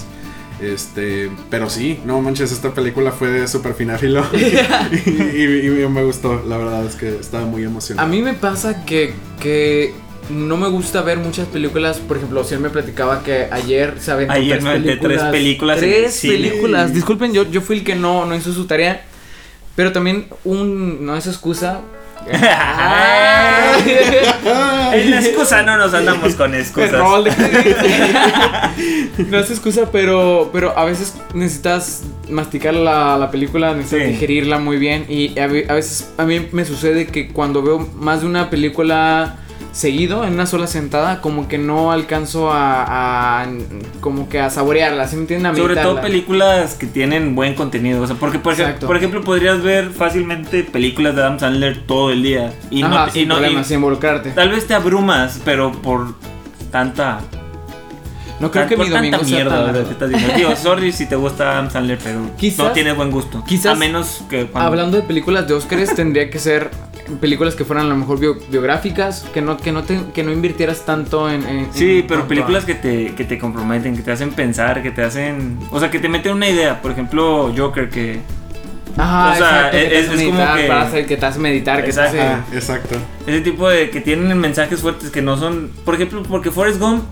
Speaker 3: Este, pero sí, no manches, esta película fue de super fináfilo y, y- y me gustó, la verdad es que estaba muy
Speaker 2: A
Speaker 3: emocionado.
Speaker 2: mí me pasa que, que no me gusta ver muchas películas. Por ejemplo, si él me platicaba que ayer se aventó
Speaker 1: Ayer
Speaker 2: tres
Speaker 1: me aventé
Speaker 2: películas.
Speaker 1: tres películas en el
Speaker 2: Tres
Speaker 1: cine.
Speaker 2: películas. Disculpen, yo, yo fui el que no, no hizo su tarea. Pero también un... No es excusa.
Speaker 1: En la excusa no nos andamos con excusas.
Speaker 2: Rol de- no es excusa, pero, pero a veces necesitas masticar la, la película,
Speaker 1: Sí.
Speaker 2: necesitas digerirla muy bien. Y a, ve- a veces a mí me sucede que cuando veo más de una película seguido, en una sola sentada, como que no alcanzo a, a- como que a saborearla, ¿sí me entienden? A
Speaker 1: Sobre todo
Speaker 2: meditarla.
Speaker 1: películas que tienen buen contenido. O sea, porque por, ej-
Speaker 2: Exacto.
Speaker 1: por ejemplo podrías ver fácilmente películas de Adam Sandler todo el día. Y
Speaker 2: Ajá,
Speaker 1: no, y
Speaker 2: sin
Speaker 1: no- y
Speaker 2: problemas, sin involucrarte.
Speaker 1: tal vez te abrumas, pero por tanta...
Speaker 2: No creo
Speaker 1: tan-
Speaker 2: que
Speaker 1: por
Speaker 2: mi
Speaker 1: tanta
Speaker 2: domingo sea
Speaker 1: mierda
Speaker 2: tan
Speaker 1: ¿verdad?
Speaker 2: largo.
Speaker 1: que estás diciendo. Digo, sorry si te gusta Adam Sandler, pero
Speaker 2: Quizás-
Speaker 1: no tienes buen gusto.
Speaker 2: quizás-
Speaker 1: A menos que cuando...
Speaker 2: Hablando de películas de Óscares, tendría que ser películas que fueran a lo mejor bio- biográficas, que no, que no, te- que no invirtieras tanto en... en-
Speaker 1: Sí,
Speaker 2: en cuanto
Speaker 1: pero
Speaker 2: a-
Speaker 1: películas que te, que te comprometen, que te hacen pensar, que te hacen... O sea, que te meten una idea. Por ejemplo, Joker, que...
Speaker 2: Ajá,
Speaker 1: o sea, e-
Speaker 2: exacto, que te
Speaker 1: es-
Speaker 2: hace
Speaker 1: es como
Speaker 2: meditar,
Speaker 1: que-
Speaker 2: para hacer que te hace meditar, que te
Speaker 1: Exacto.
Speaker 2: hace-
Speaker 3: Ah, exacto.
Speaker 1: Ese tipo de que tienen mensajes fuertes que no son. Por ejemplo, porque Forrest Gump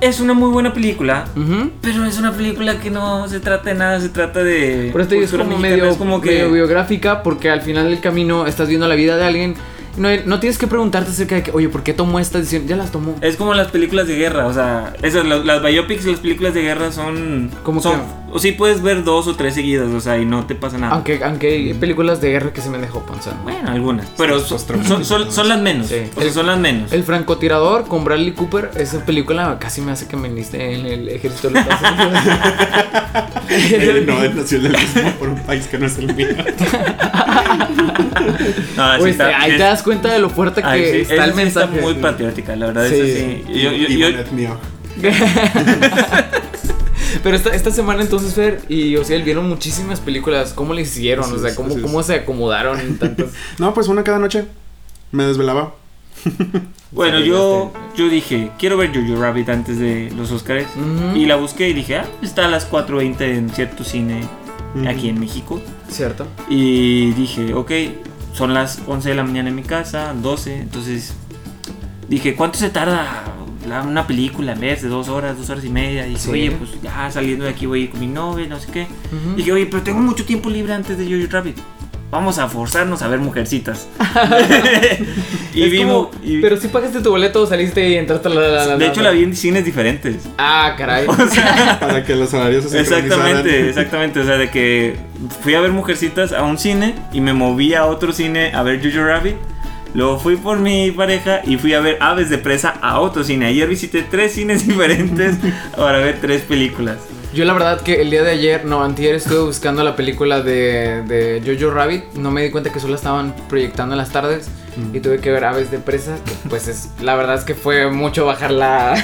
Speaker 1: es una muy buena película.
Speaker 2: Ujú.
Speaker 1: Pero es una película que no se trata de nada, se trata de.
Speaker 2: Por eso te digo, es
Speaker 1: cultura
Speaker 2: como
Speaker 1: mexicana,
Speaker 2: medio,
Speaker 1: es como que.
Speaker 2: medio biográfica, porque al final del camino estás viendo la vida de alguien. No, no tienes que preguntarte acerca de que, oye, ¿por qué tomó esta decisión? Ya las tomó.
Speaker 1: es como las películas de guerra, o sea, esas, las, las biopics y las películas de guerra son.
Speaker 2: ¿Cómo
Speaker 1: son,
Speaker 2: que?
Speaker 1: O sí puedes ver dos o tres seguidas, o sea, y no te pasa nada.
Speaker 2: Aunque, aunque hay películas de guerra que se me dejó pensar.
Speaker 1: Bueno, algunas. Pero
Speaker 3: Sí,
Speaker 1: son,
Speaker 3: pues, traumáticas,
Speaker 1: son, son- son las menos.
Speaker 2: Sí.
Speaker 1: O sea, son las menos.
Speaker 2: El francotirador con Bradley Cooper, esa película casi me hace que me enliste en el ejército de los Pues, Estados Unidos.
Speaker 3: Eh, no, es nacionalismo por un país que no es el mío.
Speaker 1: No, sí
Speaker 2: Oye,
Speaker 1: está-
Speaker 2: ahí
Speaker 1: sí
Speaker 2: te das cuenta de lo fuerte que
Speaker 1: Ay, sí, esa
Speaker 2: está
Speaker 1: sí
Speaker 2: el
Speaker 1: está
Speaker 2: mensaje.
Speaker 1: muy patriótica, la verdad.
Speaker 2: Sí.
Speaker 1: eso sí. Yo- yo-
Speaker 3: Y
Speaker 1: yo-
Speaker 3: Bonet mío.
Speaker 2: Pero esta, esta semana entonces Fer y Osiel vieron muchísimas películas. ¿Cómo le hicieron?
Speaker 3: Así
Speaker 2: o sea,
Speaker 3: es,
Speaker 2: ¿cómo,
Speaker 3: así es.
Speaker 2: cómo se acomodaron en tantas?
Speaker 3: No, pues una cada noche. Me desvelaba.
Speaker 1: Bueno,
Speaker 4: Sí,
Speaker 1: yo, yo dije, quiero ver Jojo Rabbit antes de los Oscars.
Speaker 2: Ujú.
Speaker 1: Y la busqué y dije, ah, está a las 4.20 en cierto cine
Speaker 3: Ujú.
Speaker 1: aquí en México.
Speaker 2: Cierto.
Speaker 1: Y dije, ok, son las 11 de la mañana en mi casa, 12. Entonces dije, ¿cuánto se tarda la- una película en vez de dos horas, dos horas y media? Y dije,
Speaker 2: Sí.
Speaker 1: oye, pues ya saliendo de aquí voy a ir con mi novia, no sé qué.
Speaker 2: Ujú.
Speaker 1: Dije, oye, pero tengo mucho tiempo libre antes de Jojo Rabbit. Vamos a forzarnos a ver mujercitas. y
Speaker 2: Es
Speaker 1: vimos.
Speaker 2: como,
Speaker 1: y-
Speaker 2: Pero si pagaste tu boleto, o saliste y entraste a la, la, la-
Speaker 1: de hecho, la vi en cines diferentes.
Speaker 2: Ah, caray.
Speaker 1: O sea,
Speaker 3: Para que los salarios se
Speaker 1: exactamente,
Speaker 3: sincronizaran.
Speaker 1: exactamente. O sea, de que fui a ver Mujercitas a un cine y me moví a otro cine a ver Jojo Rabbit. Luego fui por mi pareja y fui a ver Aves de Presa a otro cine. Ayer visité tres cines diferentes para ver tres películas.
Speaker 2: Yo la verdad que el día de ayer, no, antier estuve buscando la película de, de Jojo Rabbit. No me di cuenta que solo estaban proyectando en las tardes. Y tuve que ver Aves de Presa. que, pues es, la verdad es que fue mucho bajar la...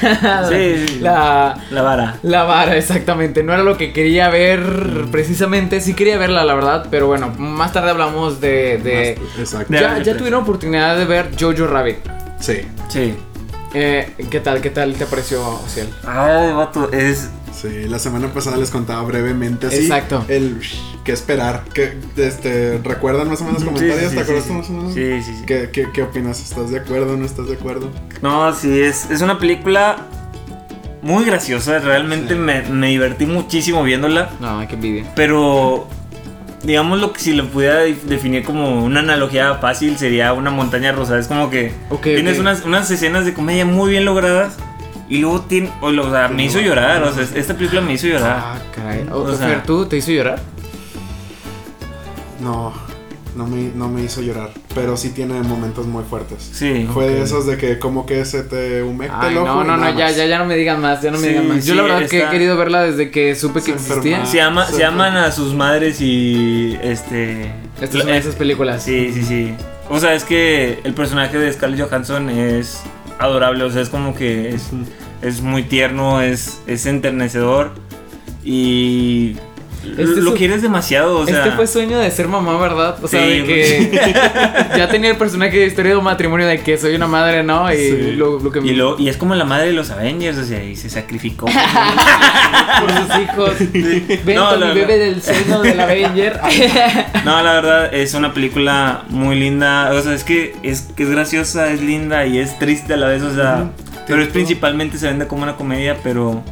Speaker 1: Sí, sí.
Speaker 2: La...
Speaker 1: La vara.
Speaker 2: La vara, exactamente. No era lo que quería ver precisamente. Sí quería verla, la verdad. Pero bueno, más tarde hablamos de... de-
Speaker 3: Exacto.
Speaker 1: de-
Speaker 2: ya,
Speaker 1: Aves
Speaker 2: ya
Speaker 1: Presa.
Speaker 2: tuvieron oportunidad de ver Jojo Rabbit.
Speaker 3: Sí,
Speaker 1: Sí.
Speaker 2: Eh, ¿Qué tal? ¿Qué tal te pareció, Ociel?
Speaker 1: Ay, vato, es.
Speaker 3: sí. La semana pasada les contaba brevemente así.
Speaker 2: Exacto.
Speaker 3: El qué esperar. Que, este, ¿Recuerdan más o menos los
Speaker 1: sí,
Speaker 3: comentarios?
Speaker 1: sí,
Speaker 3: ¿Te acuerdas
Speaker 1: sí,
Speaker 3: más o menos?
Speaker 1: Sí, sí, sí.
Speaker 3: ¿Qué, qué, ¿Qué opinas? ¿Estás de acuerdo o no estás de acuerdo?
Speaker 1: No, sí, es, es una película muy graciosa. Realmente me, me divertí muchísimo viéndola.
Speaker 2: No, qué envidia.
Speaker 1: Pero, digamos, lo que si lo pudiera dif- definir como una analogía fácil sería una montaña rusa. Es como que
Speaker 2: Ok,
Speaker 1: tienes
Speaker 2: ok.
Speaker 1: Unas, unas escenas de comedia muy bien logradas. Y luego tiene, o, lo- o sea, me hizo llorar, o sea, esta película me hizo llorar.
Speaker 2: Ah, caray. O,
Speaker 1: O sea-
Speaker 2: Fer, ¿tú te hizo llorar?
Speaker 3: No, no me, no me hizo llorar. Pero sí tiene momentos muy fuertes.
Speaker 1: Sí.
Speaker 3: Fue
Speaker 2: Ok.
Speaker 3: de esos de que como que se te
Speaker 1: Este
Speaker 3: humecta
Speaker 2: Ay,
Speaker 3: el ojo.
Speaker 2: no,
Speaker 3: y
Speaker 2: no,
Speaker 3: nada
Speaker 2: no, ya,
Speaker 3: más.
Speaker 2: ya, ya no me digan más, ya no me
Speaker 1: Sí,
Speaker 2: digan más. Yo la
Speaker 1: sí,
Speaker 2: verdad que he
Speaker 1: está-
Speaker 2: querido verla desde que supe que
Speaker 3: Se
Speaker 2: existía.
Speaker 3: enferma.
Speaker 1: Se, ama,
Speaker 3: Sí.
Speaker 1: se aman a sus madres y este...
Speaker 2: Esta es una de esas películas.
Speaker 1: Sí, sí, sí. O sea, es que el personaje de Scarlett Johansson es adorable, o sea, es como que es, es muy tierno, es, es enternecedor y lo-
Speaker 2: Este es
Speaker 1: lo
Speaker 2: su-
Speaker 1: quieres demasiado, o sea.
Speaker 2: este fue sueño de ser mamá, ¿verdad? O sea,
Speaker 1: Sí,
Speaker 2: de que ya tenía el personaje de historia de un matrimonio de que soy una madre, ¿no? Y
Speaker 3: Sí.
Speaker 2: eh, lo, lo que
Speaker 1: y, lo- y es como la madre de los Avengers, o sea, y se sacrificó.
Speaker 2: por sus hijos. Ven
Speaker 1: No,
Speaker 2: con
Speaker 1: la-
Speaker 2: mi
Speaker 1: la-
Speaker 2: bebé del seno de la Avenger.
Speaker 1: No, la verdad es una película muy linda. O sea, es que es, que es graciosa, es linda y es triste a la vez. O sea, pero es
Speaker 3: Cierto.
Speaker 1: principalmente se vende como una comedia, pero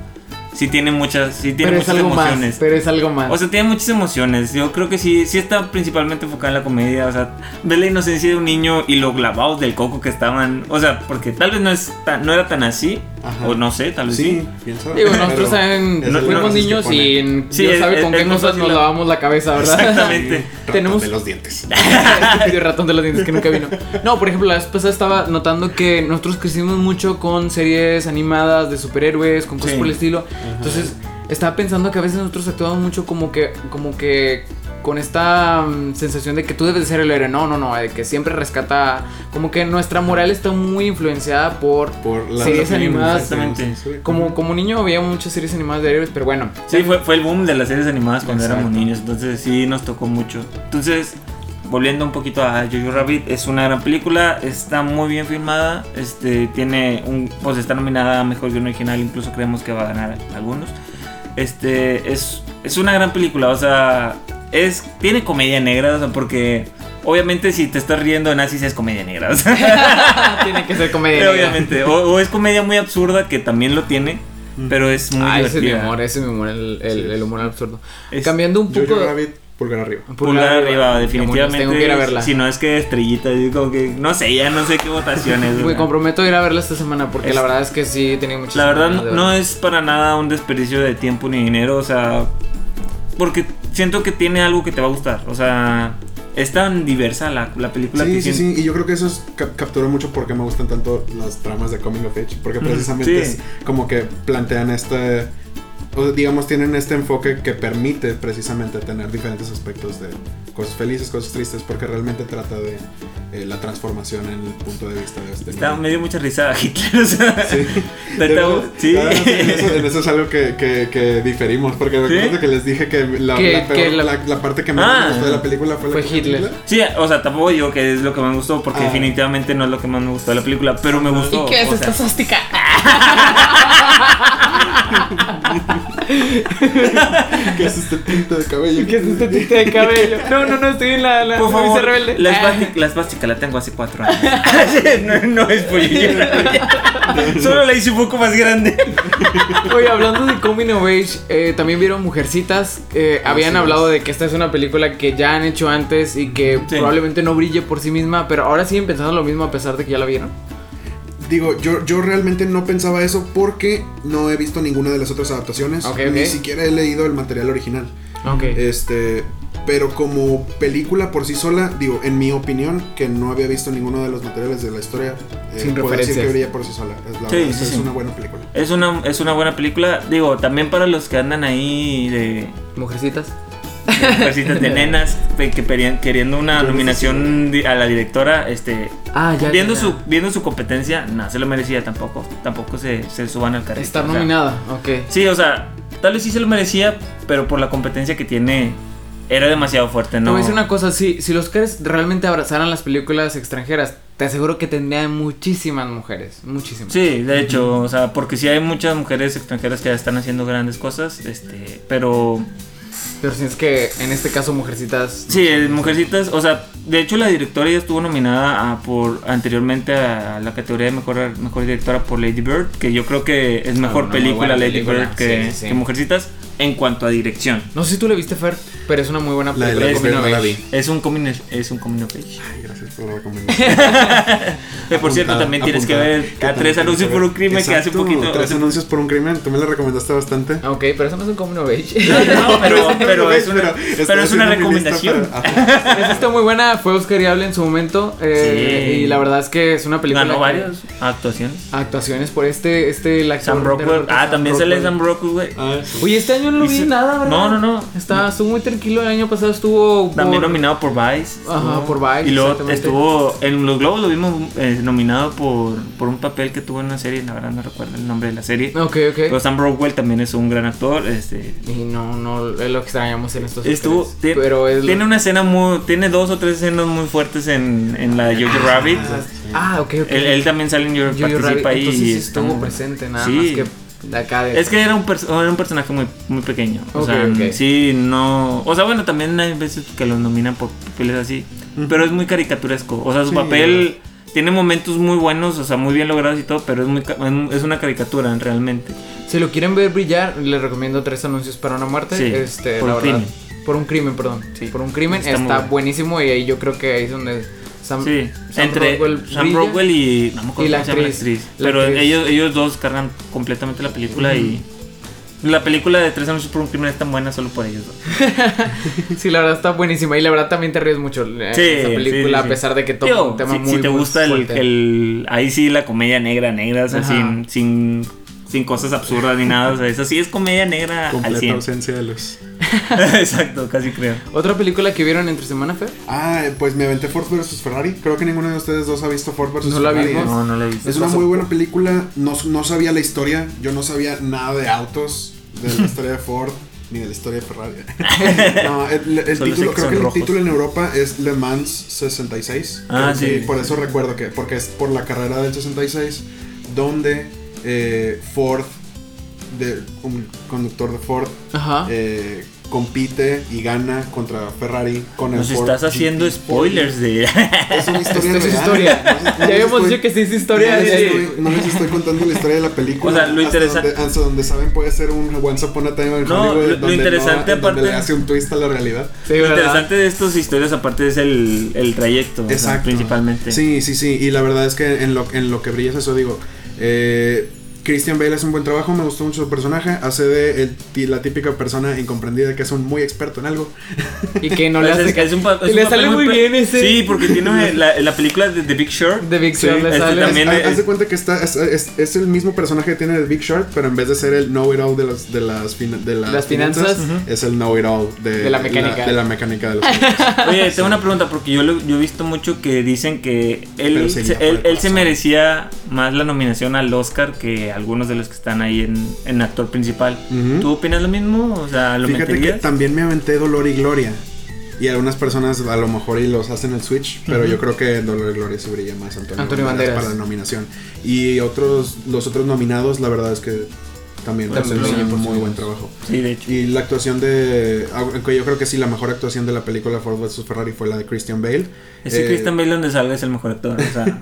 Speaker 1: sí tiene muchas, sí tiene
Speaker 2: pero es
Speaker 1: muchas
Speaker 2: algo
Speaker 1: emociones.
Speaker 2: más, pero es algo más.
Speaker 1: O sea, tiene muchas emociones. Yo creo que sí, sí está principalmente enfocada en la comedia. O sea, ver la inocencia de un niño y los clavados del coco que estaban. O sea, porque tal vez no, es tan- no era tan así.
Speaker 3: Ajá.
Speaker 1: O no sé, tal vez sí.
Speaker 3: Sí, pienso.
Speaker 2: Digo,
Speaker 3: pero
Speaker 2: nosotros saben,
Speaker 3: es
Speaker 1: no-
Speaker 3: el
Speaker 2: fuimos
Speaker 1: no-
Speaker 3: énfasis que
Speaker 2: niños
Speaker 3: pone.
Speaker 2: y
Speaker 1: Sí,
Speaker 2: Dios
Speaker 1: es-
Speaker 2: sabe
Speaker 1: es-
Speaker 2: con
Speaker 1: es
Speaker 2: qué
Speaker 1: muy
Speaker 2: cosas
Speaker 1: fácil
Speaker 2: nos
Speaker 1: la-
Speaker 2: lavamos la cabeza, ¿verdad?
Speaker 1: Exactamente.
Speaker 2: Tenemos-
Speaker 3: Tenemos de los dientes.
Speaker 2: de ratón de los dientes que nunca vino. No, por ejemplo, la vez pasada estaba notando que nosotros crecimos mucho con series animadas de superhéroes, con cosas
Speaker 1: Sí.
Speaker 2: por el estilo. Entonces, estaba pensando que a veces nosotros actuamos mucho como que, como que con esta mm, sensación de que tú debes de ser el héroe. No, no, no, de que siempre rescata. Como que nuestra moral está muy influenciada por.
Speaker 3: Por las
Speaker 2: Series animadas,
Speaker 1: exactamente.
Speaker 2: Como, como niño veía muchas series animadas de héroes, pero bueno.
Speaker 1: Sí, fue, fue el boom de las series animadas cuando
Speaker 2: Exacto.
Speaker 1: éramos niños, entonces sí nos tocó mucho. Entonces, volviendo un poquito a Jojo Rabbit, es una gran película, está muy bien filmada, este, tiene un, pues está nominada a Mejor Guión Original, incluso creemos que va a ganar algunos. Este, es, es una gran película, o sea, es, tiene comedia negra, o sea, porque obviamente si te estás riendo de nazis es comedia negra, o sea,
Speaker 2: Tiene que ser comedia. negra.
Speaker 1: obviamente, o, o es comedia muy absurda que también lo tiene, pero es muy
Speaker 2: Ah, ese es mi
Speaker 1: divertida.
Speaker 2: humor, ese es mi humor, el, el-
Speaker 3: Sí,
Speaker 2: el humor absurdo.
Speaker 1: Es-
Speaker 2: Cambiando un poco.
Speaker 3: Jojo Rabbit, pulgar arriba.
Speaker 1: Pulgar arriba, definitivamente.
Speaker 2: Tengo que ir a verla.
Speaker 1: Si no es que estrellita, yo como que no sé, ya no sé qué votaciones.
Speaker 2: Me
Speaker 1: ¿verdad?
Speaker 2: comprometo a ir a verla esta semana porque
Speaker 1: Es-
Speaker 2: la verdad es que sí tenía muchas
Speaker 1: La verdad no, no es para nada un desperdicio de tiempo ni dinero, o sea, porque siento que tiene algo que te va a gustar, o sea, es tan diversa la, la película que
Speaker 3: Sí, sí,
Speaker 1: siento-
Speaker 3: sí. Y yo creo que eso es, cap- capturó mucho porque me gustan tanto las tramas de Coming of Age. Porque
Speaker 1: Ujú,
Speaker 3: precisamente
Speaker 1: sí.
Speaker 3: es como que plantean este. o sea, digamos, tienen este enfoque que permite precisamente tener diferentes aspectos de cosas felices, cosas tristes, porque realmente trata de eh, la transformación en el punto de vista de este.
Speaker 1: Está,
Speaker 3: niño.
Speaker 1: me dio mucha risa Hitler. O sea,
Speaker 3: Sí.
Speaker 1: Está-
Speaker 3: De
Speaker 1: está-
Speaker 3: verdad,
Speaker 1: sí.
Speaker 3: la verdad, en, eso, en eso es algo que, que- que diferimos, porque recuerdo que les dije que la,
Speaker 2: Que-
Speaker 3: la peor-
Speaker 2: que la-
Speaker 3: la- la parte que menos
Speaker 1: Ah.
Speaker 3: me gustó de la película fue, la
Speaker 2: Fue
Speaker 3: que me
Speaker 2: Hitler.
Speaker 3: gustó.
Speaker 1: Sí, o sea, tampoco digo que es lo que más me gustó, porque
Speaker 3: Ah.
Speaker 1: definitivamente no es lo que más me gustó de la película, pero me gustó.
Speaker 5: ¿Y qué es
Speaker 1: o sea,
Speaker 5: esta sástica?
Speaker 3: ¿Qué es este tinta de cabello?
Speaker 2: ¿Qué es este tinte de cabello? No, no, no, estoy en la, la
Speaker 1: Por
Speaker 2: camisa
Speaker 1: favor,
Speaker 2: rebelde.
Speaker 1: la
Speaker 2: Ah.
Speaker 1: espástica, la espástica la tengo hace cuatro años. no, no es pollo. Solo la hice un poco más grande.
Speaker 2: Oye, hablando de Coming of Age, eh, también vieron Mujercitas. Eh, habían hablado de que esta es una película que ya han hecho antes y que
Speaker 1: Sí.
Speaker 2: probablemente no brille por sí misma, pero ahora siguen pensando lo mismo a pesar de que ya la vieron.
Speaker 3: Digo, yo, yo realmente no pensaba eso porque no he visto ninguna de las otras adaptaciones.
Speaker 2: Ok,
Speaker 3: Ni
Speaker 2: ok.
Speaker 3: siquiera he leído el material original.
Speaker 2: Ok.
Speaker 3: Este, pero como película por sí sola, digo, en mi opinión, que no había visto ninguno de los materiales de la historia, eh,
Speaker 2: Sin
Speaker 3: puedo decir
Speaker 2: referencias.
Speaker 3: que brilla por sí sola. Es, la
Speaker 1: Sí,
Speaker 3: verdad,
Speaker 1: sí,
Speaker 3: es
Speaker 1: sí.
Speaker 3: una buena película.
Speaker 1: Es una, es una buena película. Digo, también para los que andan ahí de
Speaker 2: Mujercitas.
Speaker 1: de Mujercitas de nenas, pe- que perían- queriendo una nominación di- a la directora, este,
Speaker 2: Ah, ya.
Speaker 1: viendo
Speaker 2: ya,
Speaker 1: su,
Speaker 2: ya.
Speaker 1: viendo su competencia, no se lo merecía tampoco. Tampoco se, se suban al carrito.
Speaker 2: Estar
Speaker 1: o sea.
Speaker 2: nominada, ok.
Speaker 1: Sí, o sea, tal vez sí se lo merecía, pero por la competencia que tiene, era demasiado fuerte,
Speaker 2: Te
Speaker 1: ¿no?
Speaker 2: voy a decir una cosa, si, si los Oscars realmente abrazaran las películas extranjeras, te aseguro que tendrían muchísimas mujeres, muchísimas.
Speaker 1: Sí, de hecho, o sea, porque sí hay muchas mujeres extranjeras que están haciendo grandes cosas, este, pero
Speaker 2: Pero si es que en este caso Mujercitas...
Speaker 1: sí, el Mujercitas, o sea, de hecho la directora ya estuvo nominada a por anteriormente a la categoría de mejor mejor directora por Lady Bird, que yo creo que es mejor
Speaker 4: una muy
Speaker 1: película
Speaker 4: buena
Speaker 1: Lady
Speaker 4: película,
Speaker 1: Bird que,
Speaker 4: sí, sí, sí.
Speaker 1: que Mujercitas en cuanto a dirección.
Speaker 2: No sé si tú la viste, Fer, pero es una muy buena
Speaker 3: La de
Speaker 2: película.
Speaker 3: Lady
Speaker 2: coming
Speaker 3: Bird
Speaker 2: of
Speaker 3: no la
Speaker 2: age.
Speaker 3: vi.
Speaker 1: Es un coming es un coming of age.
Speaker 3: Ay, gracias por la recomendación.
Speaker 1: Que por cierto
Speaker 3: Apuntada,
Speaker 1: también tienes que
Speaker 3: apuntada.
Speaker 1: ver a
Speaker 3: También
Speaker 1: tres
Speaker 3: tienes
Speaker 1: anuncios
Speaker 3: que
Speaker 1: por
Speaker 3: ver.
Speaker 1: un crimen que hace
Speaker 3: Exacto,
Speaker 1: poquito
Speaker 3: Tres anuncios por un crimen, tú me la recomendaste bastante.
Speaker 2: Ah, Ok, pero eso no es un coming of age.
Speaker 1: No, pero, pero es una,
Speaker 3: Pero Ah,
Speaker 1: pero es
Speaker 3: estoy
Speaker 1: una
Speaker 3: haciendo mi lista
Speaker 1: recomendación.
Speaker 3: para- ajá.
Speaker 2: Esa está muy buena, fue Oscariable en su momento. eh,
Speaker 1: Sí.
Speaker 2: Y la verdad es que es una película.
Speaker 1: Ganó
Speaker 2: que-
Speaker 1: varias actuaciones.
Speaker 2: Actuaciones por este, este el actor
Speaker 1: Sam
Speaker 2: de
Speaker 1: Rockwell.
Speaker 2: Rock,
Speaker 1: Ah,
Speaker 2: Sam
Speaker 1: también
Speaker 2: Rockwell.
Speaker 1: sale Sam Rockwell, güey.
Speaker 3: Ah, sí.
Speaker 2: Oye, este año no
Speaker 1: Y
Speaker 2: vi
Speaker 1: se-
Speaker 2: nada, ¿verdad?
Speaker 1: No, no, no.
Speaker 2: Está, estuvo muy tranquilo. El año pasado estuvo.
Speaker 1: También
Speaker 2: por-
Speaker 1: nominado por Vice.
Speaker 2: Ajá,
Speaker 1: estuvo.
Speaker 2: por Vice,
Speaker 1: Y luego
Speaker 2: exactamente.
Speaker 1: estuvo. En los Globos lo vimos eh, nominado por, por un papel que tuvo en una serie. La verdad no recuerdo el nombre de la serie.
Speaker 2: Ok,
Speaker 1: Pero
Speaker 2: ok.
Speaker 1: Sam Rockwell también es un gran actor. Este.
Speaker 2: Y no, no es lo que extrañamos en estos.
Speaker 1: Estuvo,
Speaker 2: Oscars,
Speaker 1: ti-
Speaker 2: pero es lo-
Speaker 1: tiene una escena muy. Tiene dos o tres escenas muy fuertes en, en la de Jojo Rabbit.
Speaker 2: Ah, ok, ok.
Speaker 1: Él, él también sale en Jojo
Speaker 2: Yo- yo
Speaker 1: participa
Speaker 2: Rabbit,
Speaker 1: ahí.
Speaker 2: Entonces
Speaker 1: y
Speaker 2: sí
Speaker 1: está
Speaker 2: estuvo
Speaker 1: muy-
Speaker 2: presente, nada
Speaker 1: Sí.
Speaker 2: más que de acá de.
Speaker 1: Es que era un, perso- oh, era un personaje muy, muy pequeño. O
Speaker 2: Ok,
Speaker 1: sea,
Speaker 2: ok.
Speaker 1: sí, no. O sea, bueno, también hay veces que los nominan por papeles así. Pero es muy caricaturesco. O sea, su
Speaker 3: Sí.
Speaker 1: papel tiene momentos muy buenos, o sea, muy bien logrados y todo, pero es, muy, ca- es una caricatura realmente.
Speaker 2: Si lo quieren ver brillar, les recomiendo tres anuncios para una muerte.
Speaker 1: Sí,
Speaker 2: este,
Speaker 1: por
Speaker 2: la
Speaker 1: un
Speaker 2: verdad, Por un crimen, perdón.
Speaker 1: Sí,
Speaker 2: por un crimen
Speaker 1: está
Speaker 2: está,
Speaker 1: muy bueno.
Speaker 2: buenísimo y ahí yo creo que ahí es donde Sam,
Speaker 1: sí,
Speaker 2: Sam
Speaker 1: entre
Speaker 2: Rockwell
Speaker 1: Sam
Speaker 2: brilla.
Speaker 1: Rockwell y. No me acuerdo
Speaker 2: y la
Speaker 1: cómo se llama
Speaker 2: actriz. La
Speaker 1: pero
Speaker 2: actriz.
Speaker 1: Ellos, ellos dos cargan completamente la película y. La película de Tres anuncios por un crimen es tan buena solo por ellos dos.
Speaker 2: Sí, la verdad está buenísima y la verdad también te ríes mucho en
Speaker 1: Sí,
Speaker 2: esa película
Speaker 1: sí, sí,
Speaker 2: a pesar de que toca
Speaker 1: Digo,
Speaker 2: un tema
Speaker 1: si,
Speaker 2: muy
Speaker 1: si te
Speaker 2: muy
Speaker 1: gusta el,
Speaker 2: fuerte.
Speaker 1: el- Ahí sí, la comedia negra, negra, o sea,
Speaker 2: Ajá.
Speaker 1: sin, sin, sin cosas absurdas ni nada. O sea, eso sí es comedia negra al
Speaker 3: Completa
Speaker 1: 100.
Speaker 3: ausencia de luz.
Speaker 1: Exacto, casi creo.
Speaker 2: Otra película que vieron entre semana, Fer.
Speaker 3: Ah, pues me aventé Ford vs Ferrari. Creo que ninguno de ustedes dos ha visto Ford vs
Speaker 2: No la
Speaker 3: Ferrari.
Speaker 2: vimos.
Speaker 3: ¿eh?
Speaker 2: No,
Speaker 1: la he
Speaker 3: Es una muy buena película. No, no sabía la historia. Yo no sabía nada de autos, de la historia de Ford, ni de la historia de Ferrari. no, el, el
Speaker 1: Solo sé
Speaker 3: título,
Speaker 1: que
Speaker 3: creo
Speaker 1: son
Speaker 3: que el
Speaker 1: rojos.
Speaker 3: título en Europa es Le Mans 66.
Speaker 1: Ah,
Speaker 3: Creo que
Speaker 1: sí.
Speaker 3: Por eso recuerdo que, porque es por la carrera del 66, donde eh, Ford, de, un conductor de Ford,
Speaker 1: Ah.
Speaker 2: Ajá.
Speaker 3: eh, compite y gana contra Ferrari con el
Speaker 1: Nos
Speaker 3: Ford
Speaker 1: estás haciendo
Speaker 3: GT40.
Speaker 1: spoilers de.
Speaker 3: Es una historia
Speaker 2: Esto es
Speaker 3: real.
Speaker 2: historia.
Speaker 3: No les- no
Speaker 2: ya
Speaker 3: les
Speaker 2: habíamos
Speaker 3: estoy-
Speaker 2: dicho que sí es historia.
Speaker 3: no les,
Speaker 2: de-
Speaker 3: estoy, no les estoy contando la historia de la película.
Speaker 1: O sea, lo interesa-
Speaker 3: Hasta donde, hasta donde saben puede ser un Once Upon a Time en
Speaker 1: No,
Speaker 3: Hollywood.
Speaker 1: lo- lo
Speaker 3: donde
Speaker 1: interesante
Speaker 3: no- donde
Speaker 1: aparte-
Speaker 3: le hace un twist a la realidad.
Speaker 2: Sí,
Speaker 1: Lo
Speaker 2: ¿verdad?
Speaker 1: interesante de estas historias, aparte, es el, el trayecto. o sea,
Speaker 3: Exacto.
Speaker 1: principalmente.
Speaker 3: Sí, sí, sí. Y la verdad es que en lo, en lo que brilla es eso, digo. eh, Christian Bale hace un buen trabajo, me gustó mucho su personaje. Hace de el ti- la típica persona incomprendida que es un muy experto en algo.
Speaker 2: Y que no
Speaker 1: Pues
Speaker 2: le
Speaker 1: es-
Speaker 2: hace
Speaker 1: es un pa- es
Speaker 2: y
Speaker 1: un
Speaker 2: le
Speaker 1: papel
Speaker 2: sale muy
Speaker 1: pe-
Speaker 2: bien ese.
Speaker 1: Sí, porque tiene la, la película de The Big Short.
Speaker 2: De Big
Speaker 3: Sí,
Speaker 2: Short le
Speaker 1: este
Speaker 2: sale. Ah,
Speaker 1: también.
Speaker 3: Haz-
Speaker 1: es-
Speaker 3: haz de cuenta que está, es, es- es el mismo personaje que tiene el Big Short, pero en vez de ser el know-it-all de, las- de las, fin- de las,
Speaker 2: Las finanzas.
Speaker 3: es el know-it-all de,
Speaker 2: De la mecánica.
Speaker 3: de la mecánica de los finanzas.
Speaker 1: Oye, tengo una pregunta, porque yo, lo- yo he visto mucho que dicen que
Speaker 3: Pero
Speaker 1: él,
Speaker 3: sería
Speaker 1: se,
Speaker 3: por el
Speaker 1: él, él se
Speaker 3: corazón.
Speaker 1: merecía más la nominación al Oscar que algunos de los que están ahí en, en actor principal.
Speaker 3: Ujú.
Speaker 1: ¿Tú opinas lo mismo? O sea, ¿lo
Speaker 3: Fíjate que
Speaker 1: meterías?
Speaker 3: también me aventé Dolor y Gloria. Y algunas personas a lo mejor y los hacen el switch, pero yo creo que Dolor y Gloria se brilla más Antonio,
Speaker 2: Antonio Banderas.
Speaker 3: para la nominación. Y otros, los otros nominados, la verdad es que también
Speaker 1: También
Speaker 3: hacen
Speaker 1: brilla
Speaker 3: un
Speaker 2: por
Speaker 3: muy
Speaker 2: sí
Speaker 3: buen
Speaker 2: mismos.
Speaker 3: trabajo.
Speaker 1: Sí, de hecho.
Speaker 3: Y la actuación de. Aunque yo creo que sí, la mejor actuación de la película Ford vs Ferrari fue la de Christian Bale.
Speaker 1: Ese
Speaker 3: Eh,
Speaker 1: Christian Bale donde salga es el mejor actor. O sea.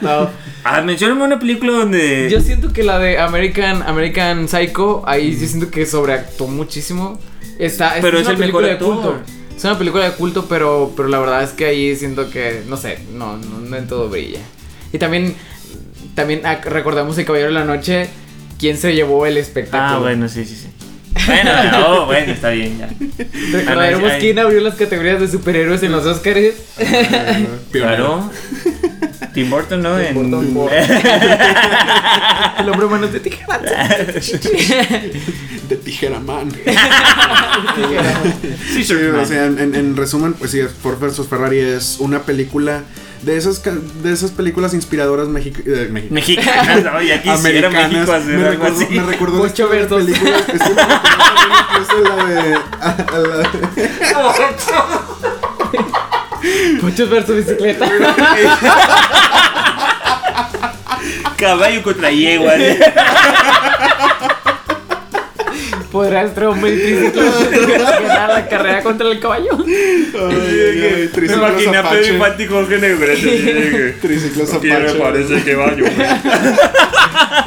Speaker 2: No.
Speaker 1: ah, mencióname una película donde.
Speaker 2: Yo siento que la de American, American Psycho, ahí yo siento que sobreactuó muchísimo. Está,
Speaker 1: Pero es
Speaker 2: una
Speaker 1: el
Speaker 2: película
Speaker 1: mejor
Speaker 2: de
Speaker 1: actor.
Speaker 2: culto. Es una película de culto, pero, pero la verdad es que ahí siento que, no sé, no, no, no en todo brilla. Y también, también ah, recordamos el Caballero de la Noche, quién se llevó el espectáculo.
Speaker 1: Ah, bueno, sí, sí, sí. Bueno, oh, bueno, está bien ya.
Speaker 2: Recordaremos
Speaker 1: Ay, ay.
Speaker 2: quién abrió las categorías de superhéroes en los Oscars.
Speaker 3: eh, pionero.
Speaker 1: Claro. Tim Burton, ¿no?
Speaker 2: Tim
Speaker 1: En-
Speaker 2: Burton, por- El hombre humano de tijera.
Speaker 3: De tijera man.
Speaker 1: Sí,
Speaker 3: Sí,
Speaker 1: Superman.
Speaker 3: o sea, en, en- en resumen, pues sí, Ford vs Ferrari es una película de esas, ca- de esas películas inspiradoras mexi- eh, mexicanas.
Speaker 1: Mexicanas, oye, aquí quisiera México hacer
Speaker 3: me,
Speaker 1: algo
Speaker 3: recordó,
Speaker 1: así.
Speaker 3: me recordó
Speaker 2: Ocho
Speaker 3: la
Speaker 2: versos.
Speaker 3: película. Es que me recordó también incluso la de. ah, a- a la de-
Speaker 2: Muchos versus bicicleta.
Speaker 1: Caballo contra yegua. ¿sí?
Speaker 2: Podrá este hombre y triciclo ganar la carrera contra el caballo.
Speaker 3: Ay, ay,
Speaker 1: Me
Speaker 3: triciclos
Speaker 1: imaginé a Pedro
Speaker 3: Apache.
Speaker 1: Infante y Jorge Negrete.
Speaker 3: Triciclos
Speaker 1: Y me
Speaker 3: Apache.
Speaker 1: parece que va yo.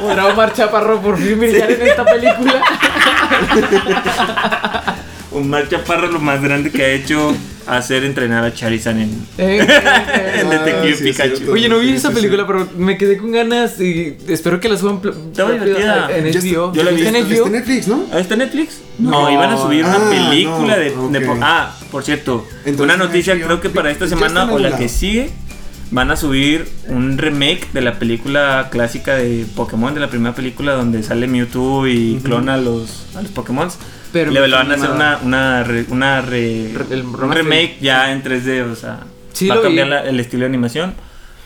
Speaker 2: Podrá Omar Chaparro por fin brillar en esta película.
Speaker 1: Omar Chaparro lo más grande que ha hecho hacer entrenar a Charizard en,
Speaker 2: Eh, eh,
Speaker 1: en
Speaker 2: eh.
Speaker 3: Ah,
Speaker 1: Detective
Speaker 3: sí, es
Speaker 1: Pikachu.
Speaker 3: cierto.
Speaker 2: Oye, no vi
Speaker 3: Sí,
Speaker 2: esa
Speaker 3: sí,
Speaker 2: película,
Speaker 3: sí.
Speaker 2: pero me quedé con ganas y espero que la suban pl-
Speaker 1: Estaba
Speaker 2: rápido
Speaker 1: divertida.
Speaker 2: En
Speaker 3: Ya está-
Speaker 2: HBO.
Speaker 1: yo la vi.
Speaker 2: ¿Está en
Speaker 3: Está en
Speaker 2: HBO?
Speaker 3: Netflix, ¿no?
Speaker 1: ¿Ah, ¿Está en Netflix?
Speaker 2: No.
Speaker 1: No, iban a subir
Speaker 3: Ah,
Speaker 1: una película
Speaker 3: no,
Speaker 1: de, de
Speaker 3: ok.
Speaker 1: por- Ah, por cierto,
Speaker 3: Entonces,
Speaker 1: una noticia
Speaker 3: HBO
Speaker 1: creo que para esta
Speaker 3: ya está
Speaker 1: semana o la
Speaker 3: inaugurado.
Speaker 1: que sigue van a subir un remake de la película clásica de Pokémon, de la primera película donde sale Mewtwo y clona a los, a los Pokémon.
Speaker 2: Pero
Speaker 1: Le van a hacer
Speaker 2: animada.
Speaker 1: una, una, re- una re-
Speaker 2: Re- el
Speaker 1: un
Speaker 2: remaster.
Speaker 1: remake ya en 3D, o sea,
Speaker 2: Sí,
Speaker 1: va
Speaker 2: lo
Speaker 1: a cambiar
Speaker 2: vi.
Speaker 1: la- el estilo de animación.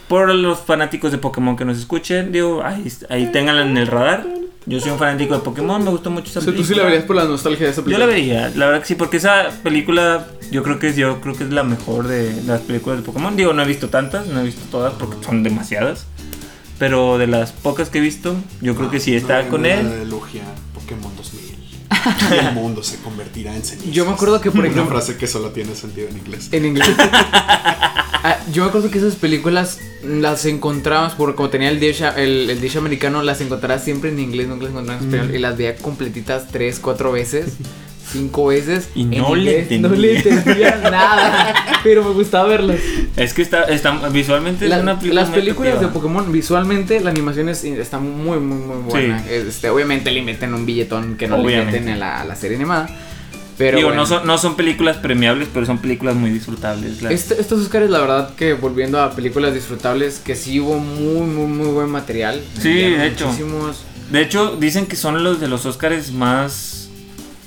Speaker 1: Por los fanáticos de Pokémon que nos escuchen, digo, ahí, ahí ténganla en el radar. Yo soy un fanático de Pokémon, me gustó mucho esa
Speaker 2: O sea, tú sí
Speaker 1: película.
Speaker 2: la verías por la nostalgia de esa
Speaker 1: Yo
Speaker 2: película.
Speaker 1: la vería, la verdad que sí, porque esa película yo creo que es, yo creo que es la mejor de las películas de Pokémon. Digo, no he visto tantas, no he visto todas porque son demasiadas. Pero de las pocas que he visto, yo creo que
Speaker 2: Ah,
Speaker 1: sí está
Speaker 3: Ah, No,
Speaker 1: con
Speaker 3: no,
Speaker 1: él.
Speaker 3: la de Lugia, Pokémon 2000. Y el mundo se convertirá en cenizas.
Speaker 2: Yo me acuerdo que, por
Speaker 3: Una
Speaker 2: ejemplo- Eh,
Speaker 3: frase que solo tiene sentido en inglés.
Speaker 2: En inglés. Ah, yo me acuerdo que esas películas las encontrabas, porque como tenía el dish, el, el dish americano, las encontraba siempre en inglés, nunca las encontraba en
Speaker 1: Mm.
Speaker 2: español. Y las veía completitas tres, cuatro veces, cinco veces.
Speaker 1: Y
Speaker 2: en
Speaker 1: no le
Speaker 2: inglés. No le entendía nada, pero me gustaba verlas.
Speaker 1: Es que está, está visualmente es
Speaker 2: La-
Speaker 1: una película
Speaker 2: las
Speaker 1: muy
Speaker 2: películas de
Speaker 1: atractiva.
Speaker 2: Pokémon, visualmente, la animación es- está muy, muy, muy buena.
Speaker 1: Sí.
Speaker 2: Este, obviamente le meten un billetón que no
Speaker 1: Obviamente.
Speaker 2: le meten a la, a la serie animada. Pero
Speaker 1: Digo,
Speaker 2: bueno.
Speaker 1: no, son, no son películas premiables, pero son películas muy disfrutables. la-
Speaker 2: Este- estos Oscars, la verdad, que volviendo a películas disfrutables, que sí hubo muy, muy, muy buen material.
Speaker 1: Sí,
Speaker 2: Había
Speaker 1: de hecho.
Speaker 2: Muchísimos.
Speaker 1: De hecho, dicen que son los de los Oscars más.